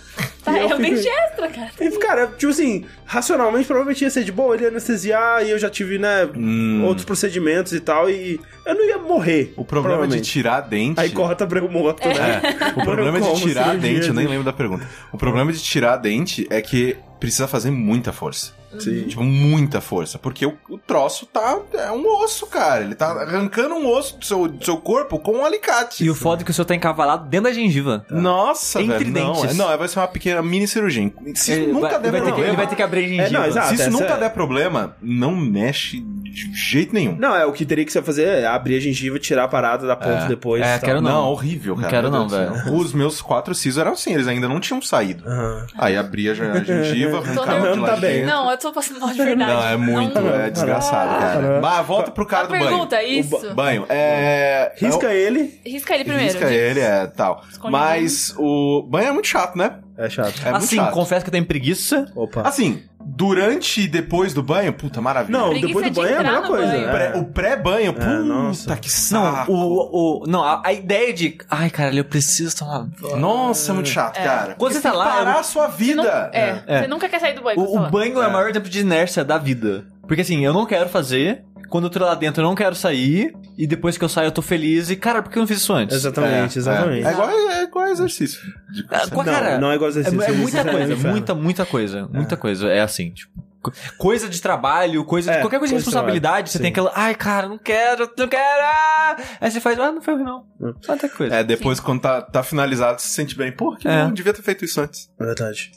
tá,
E
é
eu
um
fico-
dente extra, cara.
e, cara, tipo assim, racionalmente provavelmente ia ser de boa, ele ia anestesiar e eu já tive, né,
Hum.
outros procedimentos e tal, e eu não ia morrer.
O problema de
provavelmente.
tirar dente.
Aí corta pra moto, né?
É, o problema de
Como
tirar
cirurgia né?
dente, né? eu nem
de-
lembro da pergunta. O problema de tirar dente é que precisa fazer muita força.
Sim.
Tipo, muita força. Porque o, o troço tá. É um osso, cara. Ele tá arrancando um osso do seu, do seu corpo com um alicate. Tá.
E o foda é que o senhor tá encavalado dentro da gengiva.
Nossa,
Entre
velho. Não,
dentes.
é- Não, vai ser uma pequena mini cirurgia. Se isso
Ele
nunca
É, vai,
der
vai ter que,
problema.
ele vai ter que abrir a gengiva.
É, não, exato.
Se isso
essa
nunca
é-
der problema, não mexe de jeito nenhum.
Não, é, o que teria que você fazer é abrir a gengiva, tirar a parada da ponta depois.
É,
e tal.
quero não.
horrível,
Não
cara.
quero
Meu
não,
Deus do céu. Os meus quatro sisos eram assim, eles ainda não tinham saído.
Aham.
Aí abria a gen- a gengiva, arrancava de
nervosa.
lá
Tá
de
bem.
dentro.
Não, eu tô passando mal de verdade.
É. Não, é muito,
Não-
é desgraçado, cara. Mas volta pro cara
A
do banho.
pergunta, é isso?
Banho, é.
Risca
é,
ele.
O- Risca ele primeiro.
Risca
gente.
ele, é tal.
Esconde
Mas o banho é muito chato, né?
É chato.
É muito
assim,
chato.
confesso que eu tenho preguiça.
Opa.
Assim, durante e depois do banho, puta maravilha.
Não,
Preguiça
depois do
de
banho é a
entrar
melhor
no
coisa.
banho.
O pré-
é.
o pré-banho, puta
nossa.
que
Não,
saco.
o, o- não a, a ideia de. Ai, caralho, eu preciso tomar.
Nossa, é muito chato, cara.
Quando você tá
tem que
lá,
parar
eu-
a sua
Você, não-
vida.
é,
É.
você nunca quer sair do banho.
O,
pessoal.
o banho é. o maior tempo de inércia da vida. Porque assim, eu não quero fazer. Quando eu tô lá dentro, eu não quero sair. E depois que eu saio, eu tô feliz. E, cara, por que eu não fiz isso antes?
Exatamente, exatamente.
É, igual, é igual exercício. De-
Ah, qual- cara,
Não, não é igual
É,
exercício.
é
exercício
muita coisa,
inferno.
muita, muita coisa. Muita coisa. É assim, tipo. co- Coisa de trabalho, coisa de
É,
qualquer coisa de
coisa de
responsabilidade,
trabalho,
você
sim.
tem aquela. Ai, cara, não quero, não quero. ah!" Aí você faz, ah, não foi ruim, não.
Hum.
Quanta coisa.
É, depois quando tá, tá finalizado, você se sente bem. Pô, que
É.
não devia ter feito isso antes.
Verdade.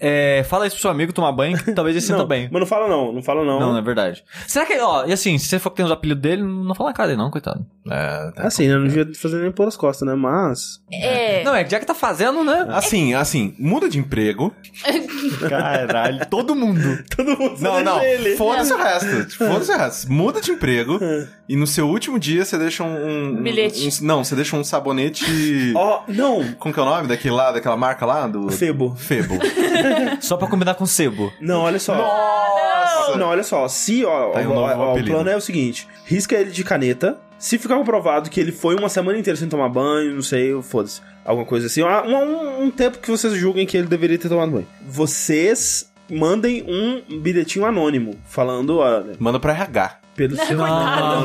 É, fala isso pro seu amigo tomar banho, que talvez ele sinta
Não,
bem.
Mas não fala não, não fala não.
Não, não é verdade. Será que, ó, e assim, se você for que tem os apelidos dele, não fala na cara dele, não, coitado.
É, tá.
Assim, né? Não devia fazer nem pôr as costas, né? Mas.
É.
Não, é que já que tá fazendo, né?
Assim, assim, muda de emprego.
Caralho, todo mundo.
Todo mundo
Não,
deixa
não.
É.
ele.
Foda-se o resto. tipo, Foda-se o resto. Muda de emprego
É.
e no seu último dia você deixa um. um- um-
Bilhete.
um- não, você deixa um sabonete.
Ó, não.
Como que é o nome daquele lá, daquela marca lá? Do.
Febo.
Febo.
Só pra combinar com sebo.
Não, olha só.
Nossa!
Não, olha só. Se, ó,
Tá aí um
ó,
novo
ó, o
apelido.
plano é o seguinte: risca ele de caneta. Se ficar comprovado que ele foi uma semana inteira sem tomar banho, não sei, foda-se, Ah, alguma coisa assim, um, um- um tempo que vocês julguem que ele deveria ter tomado banho. Vocês mandem um bilhetinho anônimo falando, olha,
Manda pra RH.
pelo seu.
é Coitado.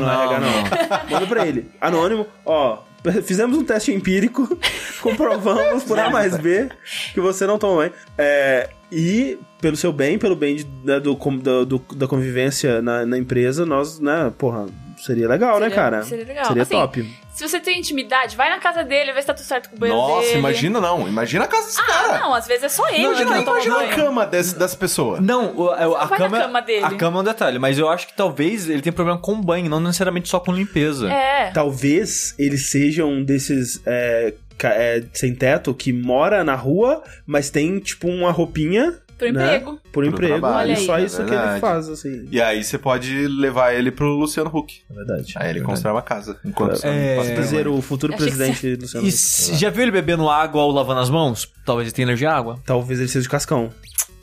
não, é não, RH não. Manda pra ele. Anônimo, ó. Fizemos um teste empírico, comprovamos por A mais B que você não toma banho. É, e pelo seu bem, pelo bem de- da, do, com- da- do- da convivência na, na empresa, nós, né, porra, seria legal, né,
Seria-
cara?
seria legal.
Seria
Assim,
top.
Se você tem intimidade, vai na casa dele, vê se tá tudo certo com o banheiro
Nossa,
dele.
imagina não. Imagina a casa desse
Ah,
cara.
não, às vezes é só ele
imagina
que não toma
imagina a
banho.
cama desse- dessa pessoa.
Não, o- a, a
vai na
cama,
cama dele.
a cama é um detalhe, mas eu acho que talvez ele tenha problema com banho, não necessariamente só com limpeza.
É.
Talvez ele seja um desses é, ca- é, sem teto que mora na rua, mas tem, tipo, uma roupinha
Pro
Né?
emprego.
por emprego.
trabalho,
e só
é
isso que ele
verdade.
faz, assim.
E aí você pode levar ele pro Luciano Huck.
É verdade.
Aí ele
É
constrói uma casa. Enquanto
É,
passa pela
dizer
Alemanha.
o futuro
Achei que
presidente do Luciano.
E se- já viu ele bebendo água ou lavando as mãos? Talvez ele tenha alergia à água.
Talvez ele seja de Cascão.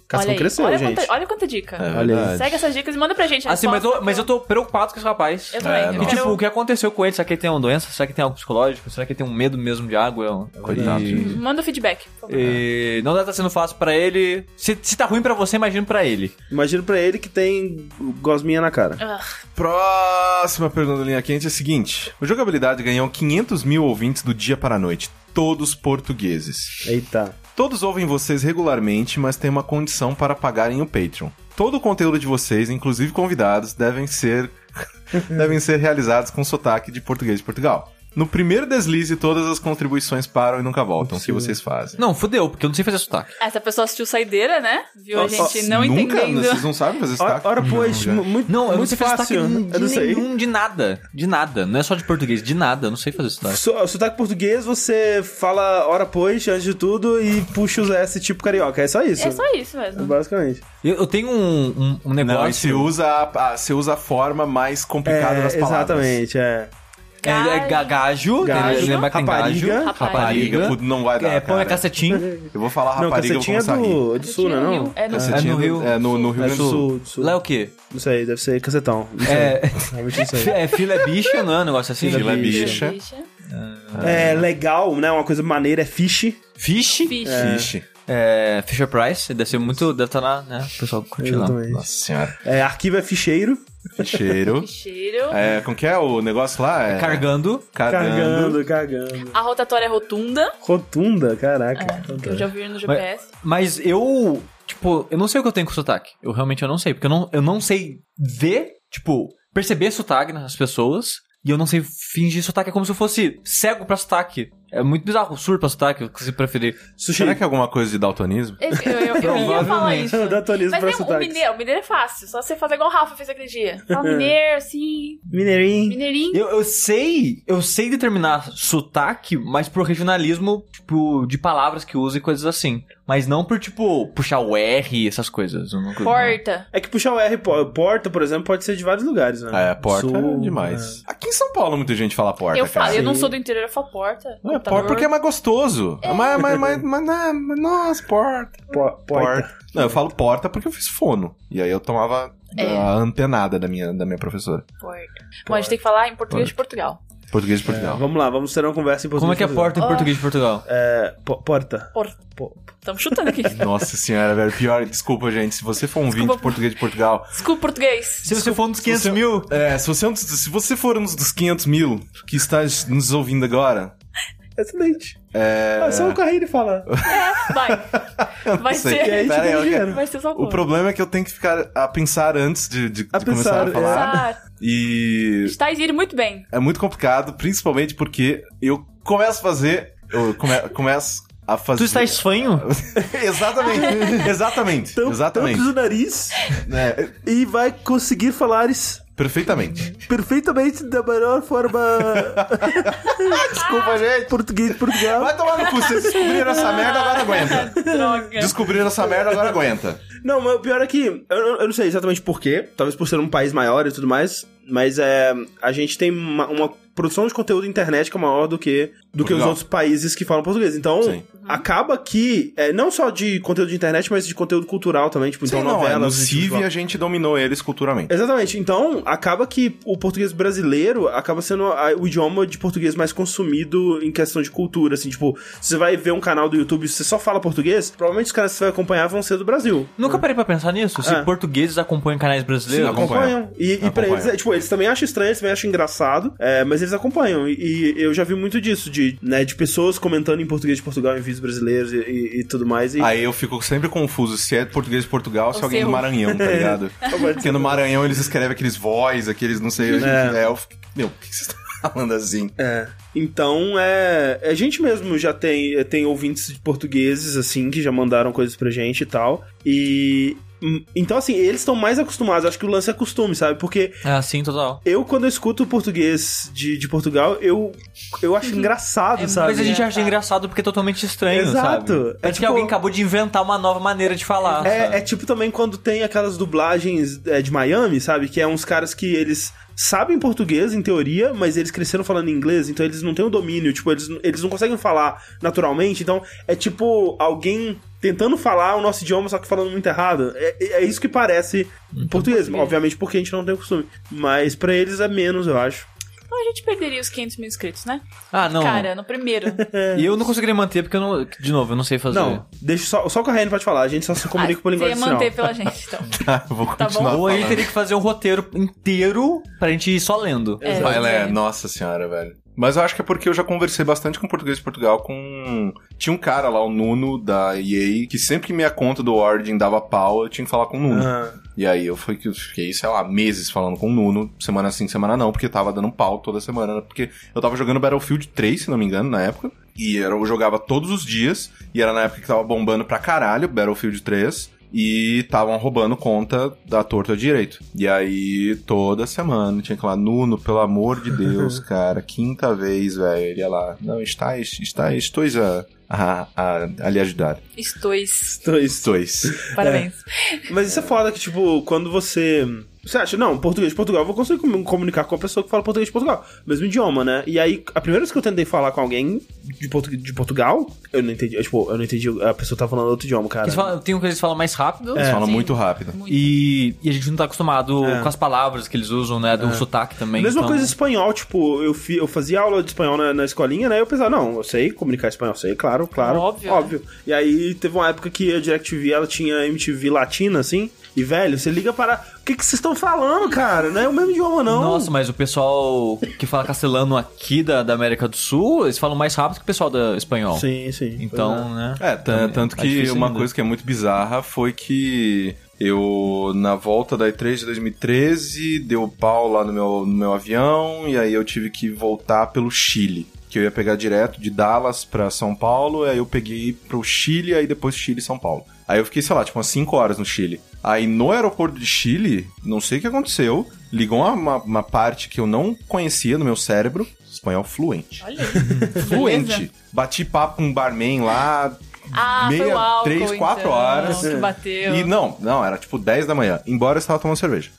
Cascão
olha aí.
cresceu,
olha
gente.
Quanta, olha quanta dica.
É
Olha aí.
verdade.
Segue essas dicas e manda pra gente. a
Assim, mas eu,
resposta.
mas eu tô preocupado com esse rapaz.
Eu também.
É,
eu
não.
E,
quero-
tipo, o que aconteceu com ele? Será que ele tem uma doença? Será que tem algo psicológico? Será que ele tem um medo mesmo de água?
Coitado.
E,
Manda o feedback. por favor.
e não deve estar sendo fácil pra ele. Se, se tá ruim pra você, imagino pra ele.
Imagino pra ele que tem gosminha na cara.
Ugh,
Próxima pergunta da linha quente é a seguinte: O jogabilidade ganhou 500 mil ouvintes do dia para a noite, todos portugueses.
Eita.
Todos ouvem vocês regularmente, mas tem uma condição para pagarem o Patreon. Todo o conteúdo de vocês, inclusive convidados, devem ser devem ser realizados com sotaque de português de Portugal. No primeiro deslize, todas as contribuições param e nunca voltam. O que
Sim.
vocês fazem?
Não, fudeu, porque eu não sei fazer sotaque.
Essa pessoa assistiu Saideira, né? Viu a
Nossa,
gente não
nunca?
entendendo.
Vocês não sabem fazer
Ora,
sotaque?
ora
né? Não,
pois,
já.
mu- muito,
Não, eu não
muito
sei fazer
fácil.
sotaque
Eu não
de
sei.
nenhum, de nada. De nada. Não é só de português, de nada. Eu não sei fazer sotaque.
So- Sotaque português, você fala ora pois antes de tudo e puxa os S tipo carioca. É só isso.
É só isso mesmo.
Basicamente.
Eu, eu tenho um, um- um negócio.
Não, e você usa a, a- você usa a forma mais complicada
É,
das palavras.
exatamente, é.
É, é ga- gajo,
Gajo.
gajo. lembra que tem gajo.
Rapariga.
Rapariga, putz, não vai dar.
É, põe a
cara.
cacetinho.
Eu vou falar
não,
rapariga, eu vou
cacetinha é
começar a rir.
do, é do sul, né? Não?
É no
Cacetinha
É no Rio.
É, no, no Rio
É
Grande do Sul.
Sul, do sul.
Lá é o quê?
Não sei, deve ser cacetão. Não sei.
É,
Realmente não sei.
é filé bicha, não é um negócio assim?
Filé bicha.
É legal, né? Uma coisa maneira é fish.
Fish?
Fish.
Ixi,
É, Fisher Price, deve ser muito. Deve estar lá, né? O pessoal curte lá.
Exatamente.
nossa senhora.
É, arquivo é ficheiro.
Cheiro.
Ficheiro.
É, como que é o negócio lá? É...
Cargando.
Cargando.
Cargando, cargando.
A rotatória é rotunda,
Rotunda, caraca.
que É, eu já vi no GPS.
Mas eu. Tipo, eu não sei o que eu tenho com sotaque. Eu realmente eu não sei. Porque eu não, eu não sei ver, tipo, perceber sotaque nas pessoas. E eu não sei fingir sotaque. É como se eu fosse cego pra sotaque. É muito bizarro. Surdo pra sotaque, o que você preferir.
Sushi.
Será que é alguma coisa de daltonismo?
Eu, eu, eu, eu ia falar
Provavelmente.
isso.
Dá atualismo
Mas
pra
tem o
sotaque.
mineiro, o mineiro é fácil, só você fazer igual o Rafa fez aquele dia. Fala mineiro, assim,
Mineirinho.
mineirinho.
Eu, eu sei, eu sei determinar sotaque, mas pro regionalismo, tipo, de palavras que usa e coisas assim. Mas não por, tipo, puxar o R, essas coisas. eu nunca-
Porta.
É que puxar o R, po- porta, por exemplo, pode ser de vários lugares, né?
É, porta
Sul,
é demais. Aqui em São Paulo muita gente fala porta,
eu
cara.
falo, eu não
Sim.
sou do interior, eu falo porta.
É, porta porque é mais gostoso. É. Mas, mas, mas, mas, mas, mas, nossa, porta.
é. Po- porta.
Não, eu falo porta porque eu fiz fono. E aí eu tomava
É.
a antenada da minha, da minha professora.
porta. Bom, a gente tem que falar em português de Portugal.
Português de
É,
Portugal.
vamos lá, vamos ter uma conversa em português.
Como é que é porta em
Ah.
português de Portugal?
É, po- porta.
Porta.
Po-
Estamos chutando aqui.
É.
Nossa senhora, velho. Pior, desculpa, gente. Se você for um ouvinte de português de Portugal,
Desculpa, português.
Se você for um dos 500
se você-
mil,
É, se você, é um dos- se você for um dos 500 mil que está nos ouvindo agora,
Excelente.
é.
Ah, só o carrinho ele fala.
Vai.
eu não
vai
sei.
ser-
E aí a gente
Pera aí,
ganha
eu quero-
dinheiro.
Vai ser só um
O problema é que eu tenho que ficar a pensar antes de, de-
A
de começar
pensar, é.
a falar.
Tá,
E
Estás Tá indo muito bem.
é muito complicado, principalmente porque eu começo a fazer. Eu come- começo a fazer.
tu está esfanho?
exatamente. Exatamente.
Tampa-
exatamente.
Tampa o Então, nariz
É,
e vai conseguir falar isso
perfeitamente.
perfeitamente da melhor forma
Desculpa, gente.
português de Portugal.
Vai tomar no cu. Vocês descobriram essa merda, agora aguenta.
Droga.
Descobriram essa merda, agora aguenta.
Não, mas o pior é que eu, eu não sei exatamente porquê. Talvez por ser um país maior e tudo mais. Mas é, a gente tem uma, uma produção de conteúdo internet que é maior do que, do que os
Portugal.
outros países que falam português. Então,
Sim.
acaba que, é, não só de conteúdo de internet, mas de conteúdo cultural também, tipo,
Sim,
então
não, é, no
novelas. vídeos
CIV a gente dominou eles culturalmente.
Exatamente. Então, acaba que o português brasileiro acaba sendo a- o idioma de português mais consumido em questão de cultura, assim, tipo, se você vai ver um canal do YouTube e você só fala português, provavelmente os caras que você vai acompanhar vão ser do Brasil.
Nunca parei pra pensar nisso. Se
É.
portugueses acompanham canais brasileiros.
Sim, acompanham.
E, e pra
Acompanham.
eles, é, tipo, eles também acham estranho, eles também acham engraçado, é, mas eles acompanham. E, e eu já vi muito disso, de, né, de pessoas comentando em português de Portugal em vídeos brasileiros e, e- e tudo mais. E...
Aí eu fico sempre confuso se é português de Portugal ou se
Ou
é alguém
se
do
eu-
Maranhão, tá ligado?
pode
Porque no Maranhão eles escrevem aqueles voz, aqueles não sei.
É.
É, eu fico, meu, por que vocês estão falando assim?
É. Então, é. A gente mesmo já tem, tem ouvintes de portugueses, assim, que já mandaram coisas pra gente e tal. E. hum, Então, assim, eles estão mais acostumados. Acho que o lance é costume, sabe? Porque
Ah, sim, total.
eu, quando eu escuto português de, de Portugal, eu, eu acho engraçado,
É,
sabe?
Mas a gente
Engraçado.
acha engraçado porque é totalmente estranho,
Exato.
sabe?
É
Parece que
tipo-
alguém acabou de inventar uma nova maneira de falar. sabe?
É, é tipo também quando tem aquelas dublagens é, de Miami, sabe? Que é uns caras que eles sabem português, em teoria, mas eles cresceram falando inglês, então eles não têm o domínio, tipo, eles, eles não conseguem falar naturalmente, então é tipo alguém tentando falar o nosso idioma, só que falando muito errado. É, é- é isso que parece português, obviamente porque a gente não tem o costume. Mas pra eles é menos, eu acho.
Então a gente perderia os 500 mil inscritos, né?
Ah, não.
Cara, no primeiro.
E eu não conseguiria manter porque eu não. De novo, eu não sei fazer.
É. Não, deixa só, só o Carreiro pode falar, a gente só se comunica
Ah,
por
você
linguagem
ia
de sinal.
manter pela gente, então.
Tá, eu vou
Tá
continuar.
bom.
Ou a gente
falando.
teria que fazer um roteiro inteiro pra gente ir só lendo.
É,
Mas ela é,
é.
nossa senhora, velho. Mas eu acho que é porque eu já conversei bastante com português de Portugal com. Tinha um cara lá, o Nuno, da EA, que sempre que minha conta do Origin dava pau, eu tinha que falar com o Nuno.
Ah.
E aí eu fui que eu fiquei, sei lá, meses falando com o Nuno, semana sim, semana não, porque tava dando pau toda semana, né? porque eu tava jogando Battlefield 3, se não me engano, na época. E era- eu jogava todos os dias, e era na época que tava bombando pra caralho Battlefield 3. E estavam roubando conta da torta direito. E aí, toda semana, tinha que ir lá, Nuno, pelo amor de Deus, cara, quinta vez, velho. Ele ia lá, não, está, está, estou a, a, a, a lhe ajudar.
Estois.
Então, isso.
Estou. Sim,
Parabéns.
Mas isso é foda que, tipo, quando você. Você acha, não, português de Portugal, eu vou conseguir com- comunicar com a pessoa que fala português de Portugal. Mesmo idioma, né? E aí, a primeira vez que eu tentei falar com alguém de, portu- de Portugal, eu não entendi. eu, Tipo, eu não entendi. A pessoa tá falando outro idioma, cara.
Eles falam, tem um que eles falam mais rápido.
Eles falam
Sim.
muito rápido.
Muito.
E, e a gente não tá acostumado
É.
com as palavras que eles usam, né? Do sotaque também.
Mesma
então-
coisa em espanhol, tipo, eu, fi- eu fazia aula de espanhol na, na escolinha, né? Eu pensava, não, eu sei comunicar espanhol, sei, claro, claro.
Óbvio, né?
Óbvio. E aí teve uma época que a DirecTV ela tinha MTV latina, assim. E, velho, você liga para. O que que vocês estão falando, cara? Não é o mesmo idioma, não.
Nossa, mas o pessoal que fala castelano aqui da, da América do Sul, eles falam mais rápido que o pessoal da espanhol.
Sim, sim.
Então, né?
É, tan-
Também.
tanto
Tá
que
difícil
uma
ainda.
coisa que é muito bizarra foi que eu, na volta da E3 de 2013, deu pau lá no meu, no meu avião e aí eu tive que voltar pelo Chile. Que eu ia pegar direto de Dallas pra São Paulo, aí eu peguei pro Chile, aí depois Chile e São Paulo. Aí eu fiquei, sei lá, tipo umas 5 horas no Chile. Aí no aeroporto de Chile, não sei o que aconteceu, ligou uma- uma, uma parte que eu não conhecia no meu cérebro, espanhol fluente.
Olha aí. Beleza.
Fluente. Bati papo com um barman lá,
Ah, foi
Meia,
o álcool,
três, quatro
então,
horas.
É.
que bateu.
E não, não, era tipo 10 da manhã, embora eu estava tomando cerveja.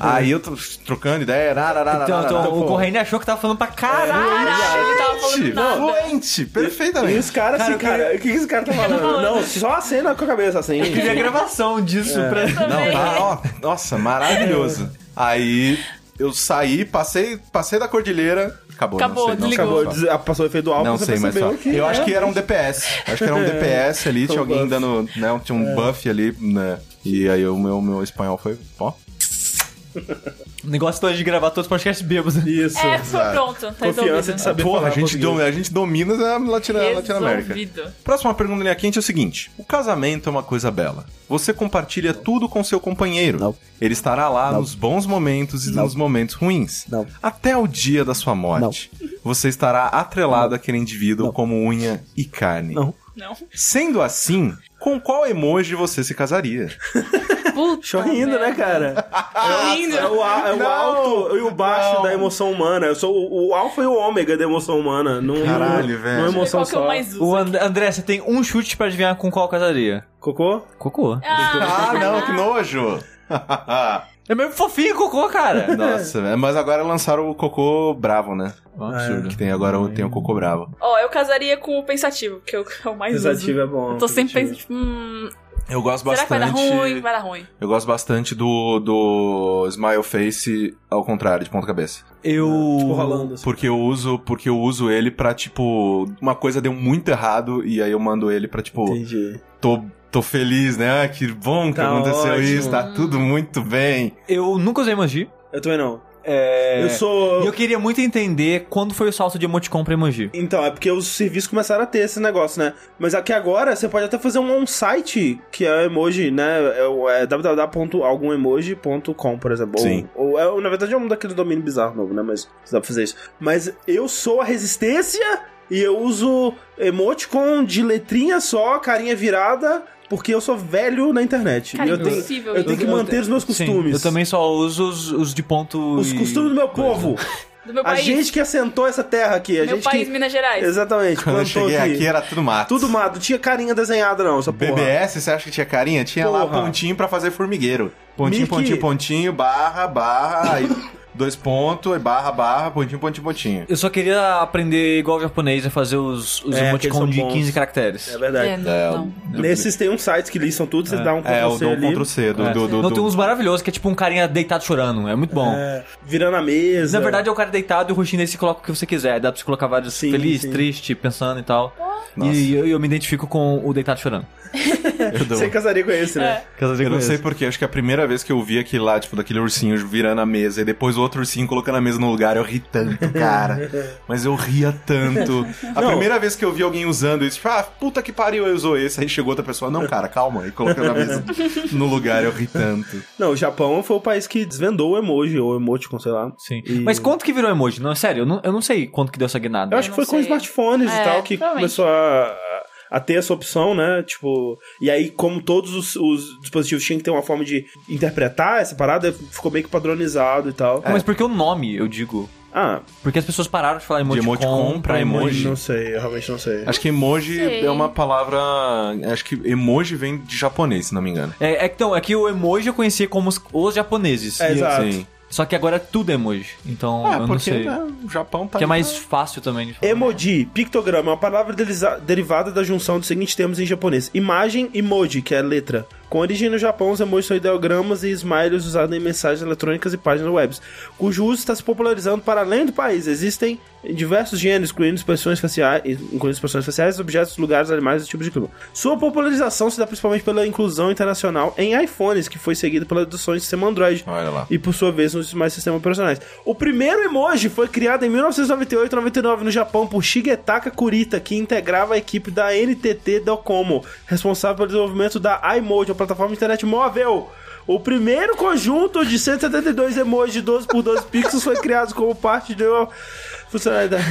Aí eu tô trocando ideia, rararara,
Então, então,
rararara.
o Correia achou que tava falando pra
É.
caralho.
Caralho, ele tava falando
Fluente,
nada.
fluente,
E
perfeitamente.
os caras assim,
Cara, eu
cara, o que que esse cara tá falando? Não, só a cena com a cabeça assim.
Eu queria gravação disso
É.
pra.
Não, tá, ó, nossa, maravilhoso. Aí eu saí, passei, passei da cordilheira, acabou, não
Acabou,
sei, não sei
desligou.
Acabou,
mais falar.
des- passou o efeito do álcool,
Não
você
sei mais
percebeu
falar.
que
Eu
é.
acho que era um DPS. Acho que era um DPS ali, tinha
um
alguém
buff. É.
dando, né, tinha um buff ali, né? E aí o meu, meu espanhol foi, ó,
O negócio todo é de gravar todos os podcasts bêbados.
Isso.
É, foi pronto. Tá
Confiança
resolvido.
de saber
Porra,
falar
a gente,
português.
dom- a gente domina a Latina- a Latinoamérica.
Resolvido.
Próxima pergunta da linha quente é o seguinte: O casamento é uma coisa bela. Você compartilha tudo com seu companheiro.
Não.
Ele estará lá nos bons momentos e
Não.
nos momentos ruins.
Não.
Até o dia da sua morte. Você estará atrelado àquele indivíduo
Não.
como unha e carne.
Não.
Não.
Sendo assim, com qual emoji você se casaria?
Puta
Chorrindo, né,
merda.
cara?
Chorrindo.
É o, a- é o
Não,
alto e o baixo
não.
da emoção humana. Eu sou o, o alfa e o ômega da emoção humana. Num,
Caralho,
num-
velho.
Numa
Deixa eu ver
emoção
Qual que eu
só.
mais uso?
O And- André, você tem um chute pra adivinhar com qual casaria?
Cocô?
Cocô.
Ah,
Ah, não, que nojo!
É meio fofinho o cocô, cara.
Nossa, velho. mas agora lançaram o cocô bravo, né?
Um
absurdo.
Que tem agora o- tem o cocô bravo.
Ó, eu casaria com o pensativo, que eu- é o mais
Pensativo é
uso.
bom.
Eu tô sempre
pensativo.
pensando, tipo, hum,
Eu gosto
será que vai dar
bastante.
ruim? Vai dar ruim.
Eu gosto bastante do, do Smile Face ao contrário, de ponta cabeça.
Eu.
Tipo, rolando assim.
Porque eu uso, porque eu uso ele pra, tipo, uma coisa deu muito errado e aí eu mando ele pra, tipo,
Entendi.
tô, tô feliz, né? Ah, que bom que
Tá
aconteceu
ótimo.
isso, tá tudo muito bem.
Eu nunca usei emoji.
Eu também não.
É.
Eu sou.
E eu queria muito entender quando foi o salto de emoticon pra emoji.
Então, é porque os serviços começaram a ter esse negócio, né? Mas aqui agora você pode até fazer um on-site que é emoji, né? É, o- é www.algumemoji.com, por exemplo.
Sim.
Ou, ou é, na verdade é um daquele domínio bizarro novo, né? Mas dá pra fazer isso. Mas eu sou a resistência e eu uso emoticon de letrinha só, carinha virada, porque eu sou velho na internet.
Cara,
e eu tenho,
impossível.
eu tenho
isso.
que manter os meus costumes.
Sim, eu também só uso os, os de ponto.
Os
e-
costumes do meu
coisa.
povo.
Do meu
A
país.
gente que assentou essa terra aqui. A
meu
gente
país,
que...
Minas Gerais.
Exatamente.
Quando eu
plantou
cheguei aqui era tudo mato.
Tudo mato, não tinha carinha desenhada, não, essa porra.
BBS, você acha que tinha carinha? Tinha lá
Porra.
pontinho pra fazer formigueiro. Pontinho,
Mickey.
pontinho, pontinho, barra, barra, aí dois pontos, aí barra, barra, pontinho, pontinho, pontinho.
Eu só queria aprender igual o japonês a fazer os, os
É,
emoticon
aqueles
de
são bons.
15 caracteres.
É verdade.
É, não,
É,
não.
do-
Nesses tem uns sites que listam tudo, você dá um
É, o
Ctrl-C
do
ali,
Ctrl C, do,
É.
do, do,
Não, tem
do-
uns maravilhosos que é tipo um carinha deitado chorando. É muito bom.
é, virando a mesa.
Na verdade, é o cara deitado e o rostinho dele se coloca o que você quiser. Dá pra você colocar vários
Sim,
feliz,
sim.
triste, pensando e tal.
Nossa.
E eu, eu me identifico com o deitado chorando.
eu dou-
Você casaria com esse,
É.
né?
Eu não sei porquê, acho que a primeira vez que eu vi aquele lá, tipo, daquele ursinho virando a mesa e depois o outro ursinho colocando a mesa no lugar, eu ri tanto, cara. Mas eu ria tanto. A
Não.
primeira vez que eu vi alguém usando isso, tipo, ah, puta que pariu, eu usou esse. Aí chegou outra pessoa, não, cara, calma, e colocando a mesa no lugar, eu ri tanto.
Não, o Japão foi o país que desvendou o emoji, ou emoticon, sei lá.
Sim.
E-
Mas quanto que virou emoji? Não, é sério, eu não, eu não sei quanto que deu essa guinada.
Eu acho que foi
não
com
sei.
smartphones e
É,
tal que
provavelmente.
começou a, a ter essa opção, né? Tipo, e aí, como todos os, os dispositivos tinham que ter uma forma de interpretar essa parada, ficou meio que padronizado e tal.
É.
Mas por que É, o nome, eu digo?
Ah,
Porque as pessoas pararam de falar emoticon,
emoticon pra emoji.
não sei, eu realmente não sei.
Acho que emoji
Sei.
é uma palavra. Acho que emoji vem de japonês, se não me engano.
É, é que, então, é que o emoji eu conhecia como os, os japoneses.
É, exato.
Só que agora tudo é emoji. Então,
Ah,
eu não
porque
sei.
né, o Japão tá.
Que é mais fácil também de
né?
falar.
Emoji, pictograma, é uma palavra deliza- derivada da junção dos seguintes termos em japonês. Imagem, emoji, que é letra. Com origem no Japão, os emojis são ideogramas e smileys usados em mensagens eletrônicas e páginas web, cujo uso está se popularizando para além do país. Existem em diversos gêneros, incluindo expressões faciais, incluindo expressões faciais, objetos, lugares, animais e tipos de clima. Sua popularização se dá principalmente pela inclusão internacional em iPhones, que foi seguida pela adoção de sistema Android,
Olha lá.
e por sua vez nos demais sistemas operacionais. O primeiro emoji foi criado em 1998-99 no Japão por Shigetaka Kurita, que integrava a equipe da NTT Docomo, responsável pelo desenvolvimento da iMode, a plataforma de internet móvel. O primeiro conjunto de 172 emojis de 12 por 12 pixels foi criado como parte de uma funcionalidade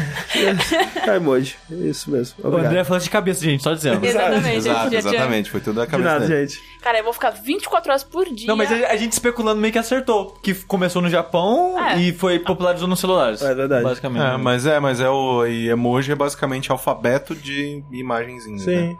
da iMode. Isso mesmo.
O
Obrigado.
André é falando de cabeça, gente, só dizendo.
Exatamente,
Exato,
gente, já-
exatamente. Foi tudo da
De
cabeça
nada,
dele.
gente.
Cara, eu vou ficar 24 horas por dia.
Não, mas
é
a, a gente especulando meio que acertou. Que começou no Japão
É.
e foi popularizou nos celulares.
É verdade.
Basicamente.
É, mas é, mas é o. E emoji é basicamente alfabeto de né? imagenzinha.
Sim.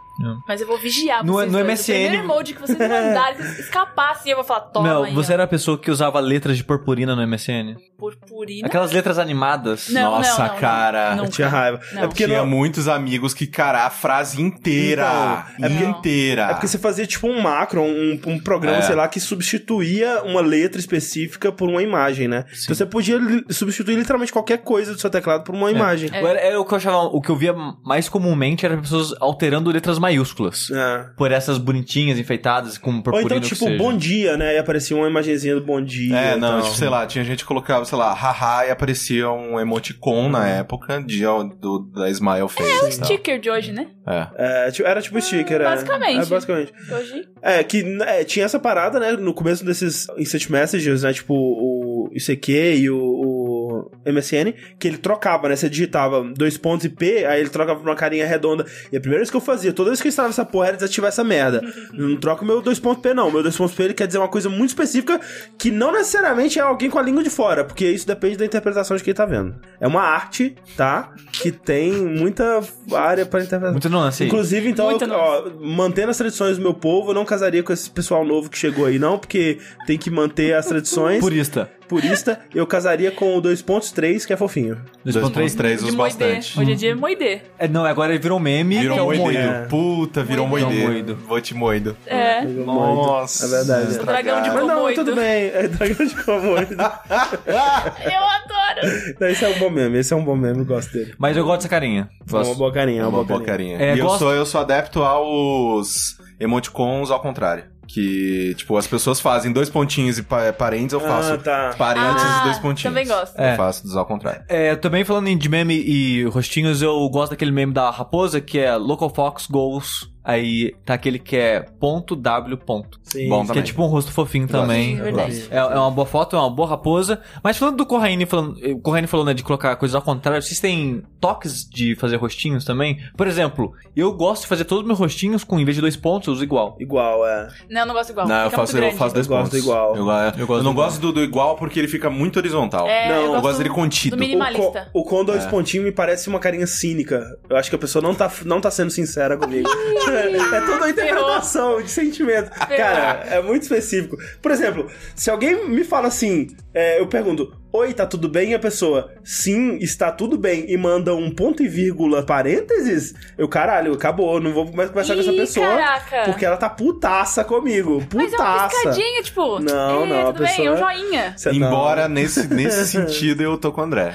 Mas eu vou vigiar
No-
vocês
no
dois.
MSN.
O primeiro emoji que vocês me mandarem, que vocês escapassem, eu vou falar, toma
Não,
aí,
você
ó.
era a pessoa que usava letras de purpurina no MSN?
Purpurina.
Aquelas letras animadas?
é. Não,
Nossa,
não, não,
cara.
não.
Eu tinha raiva.
Não.
É porque
Tinha
não,
muitos amigos que, cara, a frase inteira.
Então, é
porque-
inteira.
É porque você fazia tipo um macro, um, um programa,
Ah. É.
sei lá, que substituía uma letra específica por uma imagem, né? Então você podia li- substituir literalmente qualquer coisa do seu teclado por uma imagem.
É.
Eu era- era o que eu achava, o que eu via mais comumente era pessoas alterando letras maiúsculas.
É.
Por essas bonitinhas, enfeitadas, com
Ou
purpurina
então,
o que
tipo,
seja.
bom dia, né? E aparecia uma imagenzinha do bom dia. então,
É,
e
não,
tal.
tipo, sei lá, tinha gente que colocava, sei lá, haha e aparecia um emoticon na época de, do, da Smile Face. É,
Sticker de hoje, né?
É.
É, tipo, era tipo sticker, é.
Ah, basicamente.
É, basicamente.
Hoje.
É, que é, tinha essa né, parada, né? No começo desses instant messages, né? Tipo, o ICQ e o. o MSN, que ele trocava, né? Você digitava dois pontos e P, aí ele trocava pra uma carinha redonda. E a primeira vez que eu fazia, toda vez que eu instalava essa porra, era desativar essa merda. Eu não troca o meu dois pontos P, não. Meu dois pontos P ele quer dizer uma coisa muito específica que não necessariamente é alguém com a língua de fora, porque isso depende da interpretação de quem tá vendo. É uma arte, tá? Que tem muita área pra interpretação.
Muito assim, nuance aí.
Inclusive, então,
Muita
eu- ó, mantendo as tradições do meu povo, eu não casaria com esse pessoal novo que chegou aí, não, porque tem que manter as tradições.
Purista.
Purista, eu casaria com o 2.3, que é fofinho.
2.3.
2.3 os
Moidê.
bastante.
Hoje em dia é moidê.
É, não, agora ele virou meme,
Virou
que é o
um
moideiro.
moido.
Puta, virou
Moideiro.
moideiro.
Moido.
Vou te moido.
É.
Nossa.
É verdade.
estragaram.
Dragão de
Mas não,
Comoido.
tudo bem. É dragão de comoido.
Eu adoro.
Não, esse é um bom meme, esse é um bom meme, eu gosto dele.
Mas eu gosto dessa carinha.
É uma
Gosto.
boa carinha, é uma,
uma
boa
boa
carinha.
carinha.
É,
e eu,
gosto-
sou, eu sou adepto aos emoticons ao contrário. Que, tipo, as pessoas fazem dois pontinhos e pa parentes, eu faço
Ah, tá.
parentes
Ah,
e dois pontinhos.
também gosto.
Eu
É.
faço dos ao contrário.
É, também falando em de meme e rostinhos, eu gosto daquele meme da raposa que é Local Fox Goals. Aí tá aquele que é ponto W ponto.
Sim.
Bom,
Que é
também.
tipo um rosto fofinho
gosto.
também.
Sim, verdade.
É, é uma boa foto, é uma boa raposa. Mas falando do Corraine, falando, eh, o Corraine falou, né, de colocar coisas ao contrário. Vocês têm toques de fazer rostinhos também? Por exemplo, eu gosto de fazer todos os meus rostinhos com, em vez de dois pontos, eu uso igual.
Igual, é.
Não, eu não gosto igual.
Não, eu
Fica muito
faço, eu
grande.
faço dois
Eu gosto
pontos.
do igual.
Eu, eu
gosto
não
do
gosto do, do igual porque ele fica muito horizontal.
É,
Não,
eu
eu,
gosto,
gosto dele
do
contido.
minimalista.
O, co- o com dois pontinhos me parece uma carinha cínica. Eu acho que a pessoa não tá, não tá sendo sincera comigo. é toda uma interpretação de sentimento. Cara, é muito específico. Por exemplo, se alguém me fala assim, é, eu pergunto, oi, tá tudo bem? E a pessoa, sim, está tudo bem, e manda um ponto e vírgula parênteses, eu, caralho, acabou, não vou mais conversar com
Ih,
essa pessoa.
caraca.
Porque ela tá putaça comigo.
Mas é uma
Putaça. tá-
piscadinha, tipo.
Não,
"Ê,
não, a
Tudo bem, é
pessoa-
um joinha.
Cê- não.
Embora nesse, nesse sentido eu tô com o André.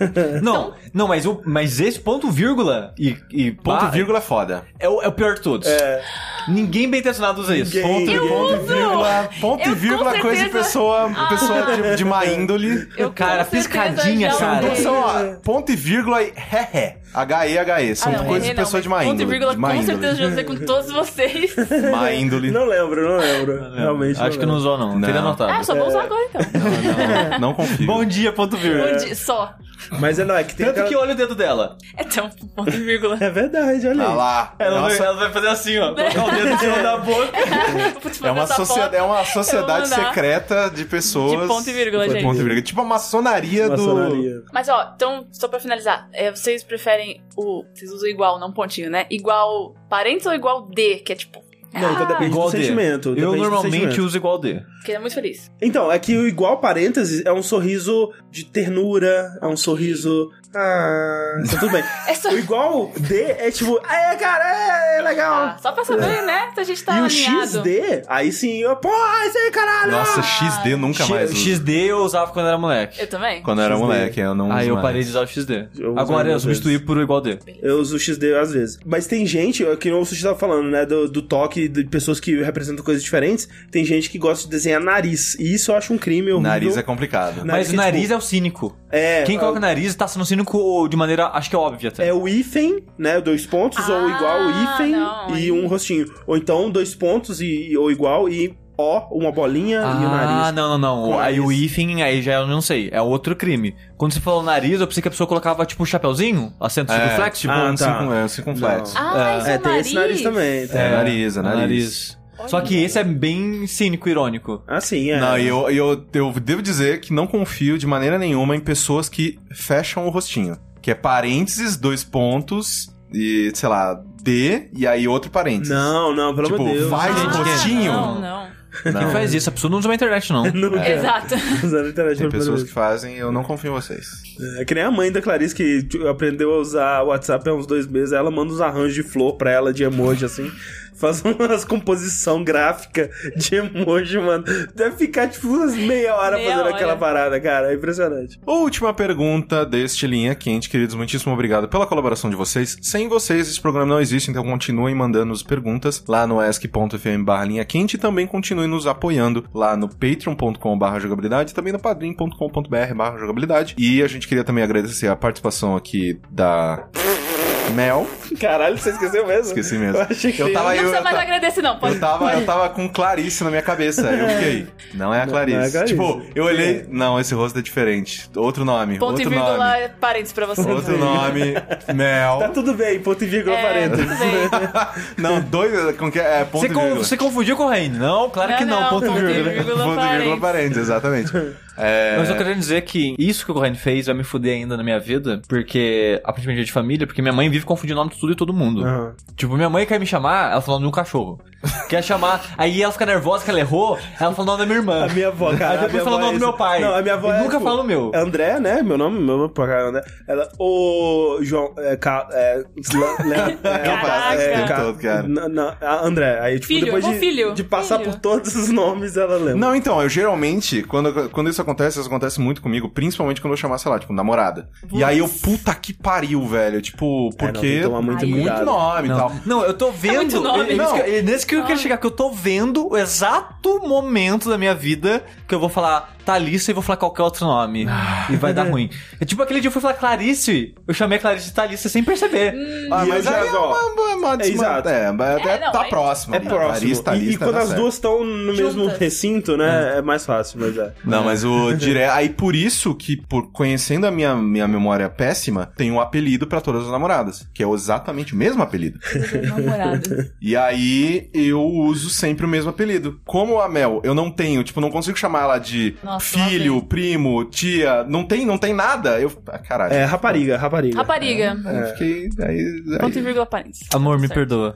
É. Então-
Não, não, mas, o, mas esse ponto vírgula e, e
Ponto
pá,
vírgula é foda.
é o, é o pior de todos.
É.
Ninguém bem intencionado usa isso.
Ninguém.
Ponto,
Eu
ponto e
uso!
vírgula. Ponto
Eu
e
com
vírgula coisa de
certeza- Ah.
pessoa, pessoa de, de má índole.
Eu com
Cara,
certeza
piscadinha,
já
cara.
Então,
usei.
São ó, ponto e vírgula e ré-ré. H-E-H-E. São
É. Ah, não,
coisas
errei
de
não,
pessoa
mas
de má
Ponto e
índole.
vírgula,
de má
com
índole.
certeza já usei com todos vocês.
Má índole.
Não lembro, não É lembro. Realmente.
Acho que não usou, não.
Não.
Teria anotado.
Ah, eu só vou usar agora então.
Não, não, não confio.
Bom dia, ponto vírgula.
Um dia- só.
Mas é não, é que tem
Tanto
aquela-
que olha o dedo dela.
É tão ponto e vírgula.
É verdade, olha
Tá
aí.
lá.
Ela, vai,
Nossa,
ela vai fazer assim, ó. Colocar o dedo em cima da boca.
Putz,
é, uma
essa
socie-
foto,
é uma
eu
sociedade
vou mandar.
secreta de pessoas.
De ponto e vírgula,
De
gente.
ponto e vírgula. Tipo a maçonaria, do.
Maçonaria.
Mas ó, então, só pra finalizar, é, vocês preferem o. Vocês usam igual, não pontinho, né? Igual parentes ou igual D, que é tipo.
Não, então
ah,
depende
Igual
do
D.
sentimento.
Eu
depende do
normalmente
sentimento.
uso igual D.
Porque ele é muito feliz.
Então, é que o igual parênteses é um sorriso de ternura, é um sorriso. Ah, tá tudo bem.
É só.
O igual D é tipo, é, cara, é legal.
Ah, só pra
É.
saber, né? Se a gente tá
e o
alinhado.
XD, aí sim, eu, pô, isso aí, caralho.
Nossa, XD nunca
X-
mais. uso.
XD eu usava quando era moleque.
Eu também.
Quando eu era
XD.
moleque, eu não. uso
Aí Ah, eu
mais.
parei de usar o XD.
Eu uso
Agora eu
algumas
substituí por igual D.
Eu uso o XD às vezes. Mas tem gente, é que nem o Sushi tava falando, né? Do, do toque, de pessoas que representam coisas diferentes. Tem gente que gosta de desenhar nariz. E isso eu acho um crime horrível.
Nariz é complicado.
Nariz
Mas
que,
o nariz
tipo,
é o cínico.
é.
Quem
é,
coloca o nariz tá sendo cínico de maneira, acho que é óbvia até.
É o hífen, né? Dois pontos, ou
Ah,
igual hífen
não,
e
aí-
um rostinho. Ou então dois pontos e, ou igual e ó, uma bolinha e o
Ah,
nariz.
não, não, não.
Com
aí
nariz.
o hífen, aí já eu não sei. É outro crime. Quando você falou nariz, eu pensei que a pessoa colocava, tipo, um chapeuzinho, acento
É.
circunflexo.
Tipo,
Ah,
um
tá.
circun- é, um circunflexo.
Ah,
É.
isso é,
É,
o
tem esse nariz também. Tá?
É, nariz, é nariz.
Só que esse é bem cínico, irônico.
Assim, é.
Não, e eu, eu, eu devo dizer que não confio de maneira nenhuma em pessoas que fecham o rostinho. Que é parênteses, dois pontos, e, sei lá, D, e aí outro parênteses.
Não, não, pelo
Tipo,
amor de Deus.
vai
gente,
no
que-
rostinho.
Não, não.
Quem faz isso? A pessoa não usa a internet, não.
Nunca.
Exato.
Usando a
Tem
internet pela primeira
pessoas
vez.
que fazem, eu não confio em vocês.
É que nem a mãe da Clarice que t- aprendeu a usar o WhatsApp há uns dois meses. Ela manda uns arranjos de flor pra ela de emoji, assim. Faz umas composição gráfica de emoji, mano. Deve ficar, tipo, umas meia hora
Meia
fazendo
hora.
aquela parada, cara. É impressionante.
Última pergunta deste Linha Quente, queridos. Muitíssimo obrigado pela colaboração de vocês. Sem vocês, esse programa não existe, então continuem mandando as perguntas lá no ask.fm barra linha quente e também continuem nos apoiando lá no patreon.com barra jogabilidade e também no padrim.com.br barra jogabilidade. E a gente queria também agradecer a participação aqui da... mel.
Caralho, você esqueceu mesmo?
Esqueci mesmo.
Eu achei que
Eu tava aí,
Não
eu,
precisa mais
ta-
agradecer, não. Pode.
eu tá- tava, eu tava com Clarice na minha cabeça. Aí eu fiquei. Não é a Clarice.
não é a Clarice.
Tipo, eu olhei. Não, esse rosto é diferente. Outro nome.
Ponto e
outro
vírgula, é
nome.
parênteses pra É, você.
Outro nome. Mel.
Tá tudo bem, ponto e vírgula
É,
parênteses.
tudo bem.
Não, dois. Como que é? É ponto
Você,
e
con-
vírgula.
você confundiu com o Raine? Não, claro que não, ponto e vírgula.
Ponto e vírgula parênteses, exatamente. É,
Mas eu quero dizer que isso que o Corrêne fez vai me fuder ainda na minha vida, porque, aparentemente, é de família, porque minha mãe vive confundindo o nome de tudo e todo mundo.
Aham.
Tipo, minha mãe quer me chamar, ela fala o nome de um cachorro. Quer chamar, aí ela fica nervosa que ela errou, ela fala o nome da minha irmã.
A minha avó, cara.
Aí
a minha
depois fala o
avó
nome
é
do meu
isso.
pai.
Não, a minha avó
E
é,
nunca
tipo,
fala o meu.
é André, né? Meu nome, meu nome, pra caralho, é André. Ela, ô, João, é, Ca, é, Le- Le- é,
Caraca.
é,
Tem todo, cara.
N- n- a- André, aí, tipo,
Filho,
depois
eu vou
de,
filho.
de passar
Filho.
por todos os nomes, ela lembra.
Não, então, eu geralmente, quando, quando isso acontece, isso acontece muito comigo, principalmente quando eu chamar, sei lá, tipo, namorada. E aí eu, puta que pariu, velho. Tipo,
É, não,
porque.
tem que tomar muito
muito
cuidado.
nome e tal.
Não, eu tô vendo.
muito nome.
é isso que-
Não.
é nesse que eu quero chegar, que eu tô vendo o exato momento da minha vida que eu vou falar Thalissa e vou falar qualquer outro nome. e vai dar ruim. É tipo aquele dia eu fui falar Clarice, eu chamei a Clarice de Thalissa sem perceber.
Hum.
Ah,
E
mas
aí,
aí é
ó,
uma, uma, uma
é exato.
É, mas
É,
até
não,
tá
aí-
próximo.
É
ali,
próximo.
Lista,
e, e
lista,
quando
dá
as
certo.
duas estão no mesmo
Juntas.
recinto, né? É. mais fácil, mas é.
Não, mas o dire... Aí por isso que, por conhecendo a minha, minha memória péssima, tem um apelido pra todas as namoradas, que é exatamente o mesmo apelido.
Namorado.
E aí eu uso sempre o mesmo apelido. Como a Mel, eu não tenho, tipo, não consigo chamar ela de
Nossa,
filho, primo, tia, não tem, não tem nada. Eu, ah, caralho. É,
É, rapariga, rapariga.
Rapariga.
Aí eu fiquei, aí,
Ponto e
Tá aí-
vírgula parênteses. tá
Amor, me
Certo.
perdoa.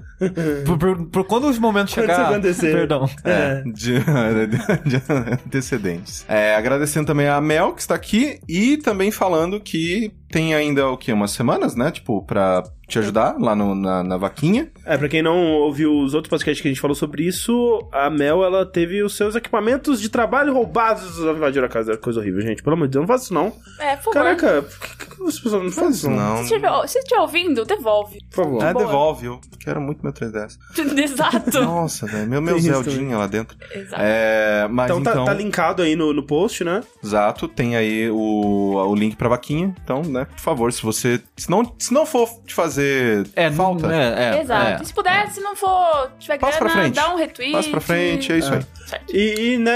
por, por- por quando os momentos
Quando
chegar.
isso acontecer.
Perdão.
É, de, de- de antecedentes. É, agradecendo também a Mel, que está aqui, e também falando que tem ainda, o quê? Umas semanas, né? Tipo, pra te ajudar lá no- na, na vaquinha.
É, pra quem não ouviu os outros podcasts que a gente falou sobre isso, a Mel, ela teve os seus equipamentos de trabalho roubados e invadiram a casa. Coisa horrível, gente. Pelo amor de Deus, não faça isso não.
É, por favor.
Caraca, por que, que as pessoas não fazem isso
Não.
não?
Se estiver se estiver ouvindo, devolve.
Por favor.
É,
Boa.
devolve, eu quero muito meu 3DS.
Exato.
Nossa, velho, meu, meu
Tem isso
Zeldinha lá dentro.
Exato.
É, mas
Então,
então,
tá, tá linkado aí no, no post, né?
exato, tem aí o, o link pra vaquinha. Então, né, por favor, se você. Se não, se não for te fazer
É, não-
falta,
né?
É, é,
Exato.
é.
E se puder, se não for, tiver
Passa pra
grana,
frente.
dá um retweet.
passa pra frente, é isso aí.
Certo.
E, e, né,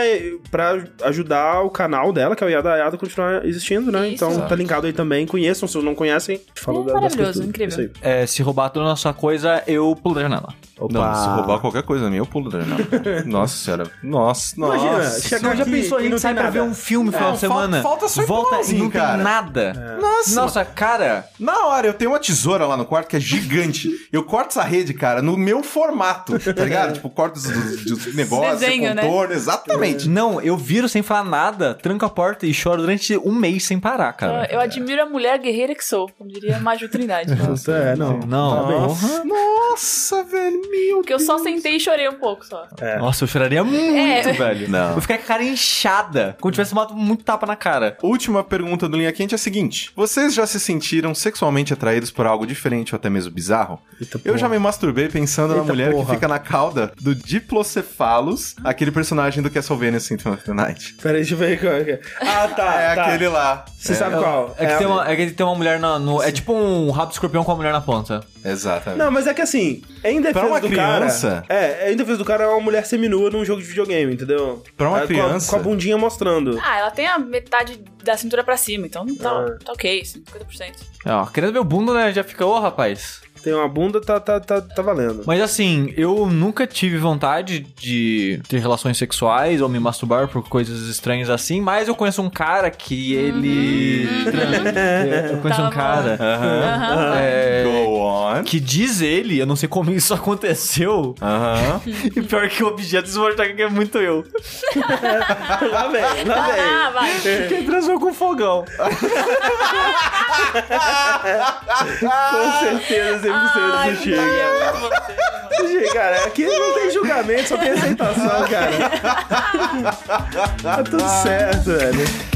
pra ajudar o canal dela, que é o Yada Yada, a continuar existindo, né?
Isso.
Então tá linkado aí também. Conheçam, se não conhecem. Fala
É
da- das
maravilhoso,
coisas tudo.
incrível.
Isso aí.
É, se roubar toda a nossa coisa, eu pulo da janela.
Não, se roubar qualquer coisa minha, eu pulo da janela. nossa senhora. Nossa, nossa.
Imagina,
senhora.
chegar
já
aqui
pensou, a
e
gente
não
sai
tem
pra ver
nada.
um filme no final
Não,
de semana.
falta- falta só um
volta e não
pauzinho, cara. É.
tem nada.
Nossa.
Nossa, cara.
Na hora, eu tenho uma tesoura lá no quarto que é gigante. eu corto essa rede, cara, no meu formato, tá ligado? tipo, corto os, os, os negócios,
Desenho, né?
contorno, exatamente.
Não, eu viro sem falar nada, tranco a porta e choro durante um mês sem parar,
Então,
cara.
Eu admiro a mulher guerreira que sou, como diria a Maju Trindade.
Nossa, é, não.
Não,
Parabéns.
porra.
Nossa, velho, meu
Porque eu só sentei e chorei um pouco só.
É.
Nossa, eu choraria muito,
É.
velho.
Não.
Eu ficaria com a cara inchada, como tivesse tomado muito tapa na cara.
Última pergunta do Linha Quente é a seguinte: Vocês já se sentiram sexualmente atraídos por algo diferente ou até mesmo bizarro?
Eita
Eu
porra.
já me masturbei pensando na
Eita
mulher
porra.
que fica na cauda do Diplocephalus, aquele personagem do Castlevania Symphony of the Night.
Peraí, deixa eu ver qual é que é. Ah, tá.
é
tá.
aquele lá.
Você sabe qual?
É que, tem, uma, é que tem uma mulher na- no. É tipo um rabo de escorpião com uma mulher na ponta.
Exatamente.
Não, mas é que assim, em defesa
Pra uma
do
criança-
cara. É, em defesa do cara é uma mulher seminua num jogo de videogame, entendeu?
Pra uma
É, com a-
criança-
Com a, bundinha mostrando.
Ah, ela tem a metade da cintura pra cima, então tá,
Ah.
tá ok, 50%.
Ó, querendo meu bunda, né? Já fica, ô rapaz.
Tem uma bunda, tá, tá, tá, tá valendo.
Mas assim, eu nunca tive vontade de ter relações sexuais ou me masturbar por coisas estranhas assim, mas eu conheço um cara que ele. Eu conheço
Tá
um
Uhum. bom.
cara.
Aham.
é,
Go on.
Que diz ele, eu não sei como isso aconteceu.
Aham.
E pior que o objeto desmortar que é muito eu.
lá vem, lá vem.
Ah, vai.
Quem transou com um fogão?
Com certeza, 100%
Ai,
não chega.
meu Deus.
Gente, Cara, aqui não tem julgamento, só tem aceitação, cara. tá tudo certo, velho.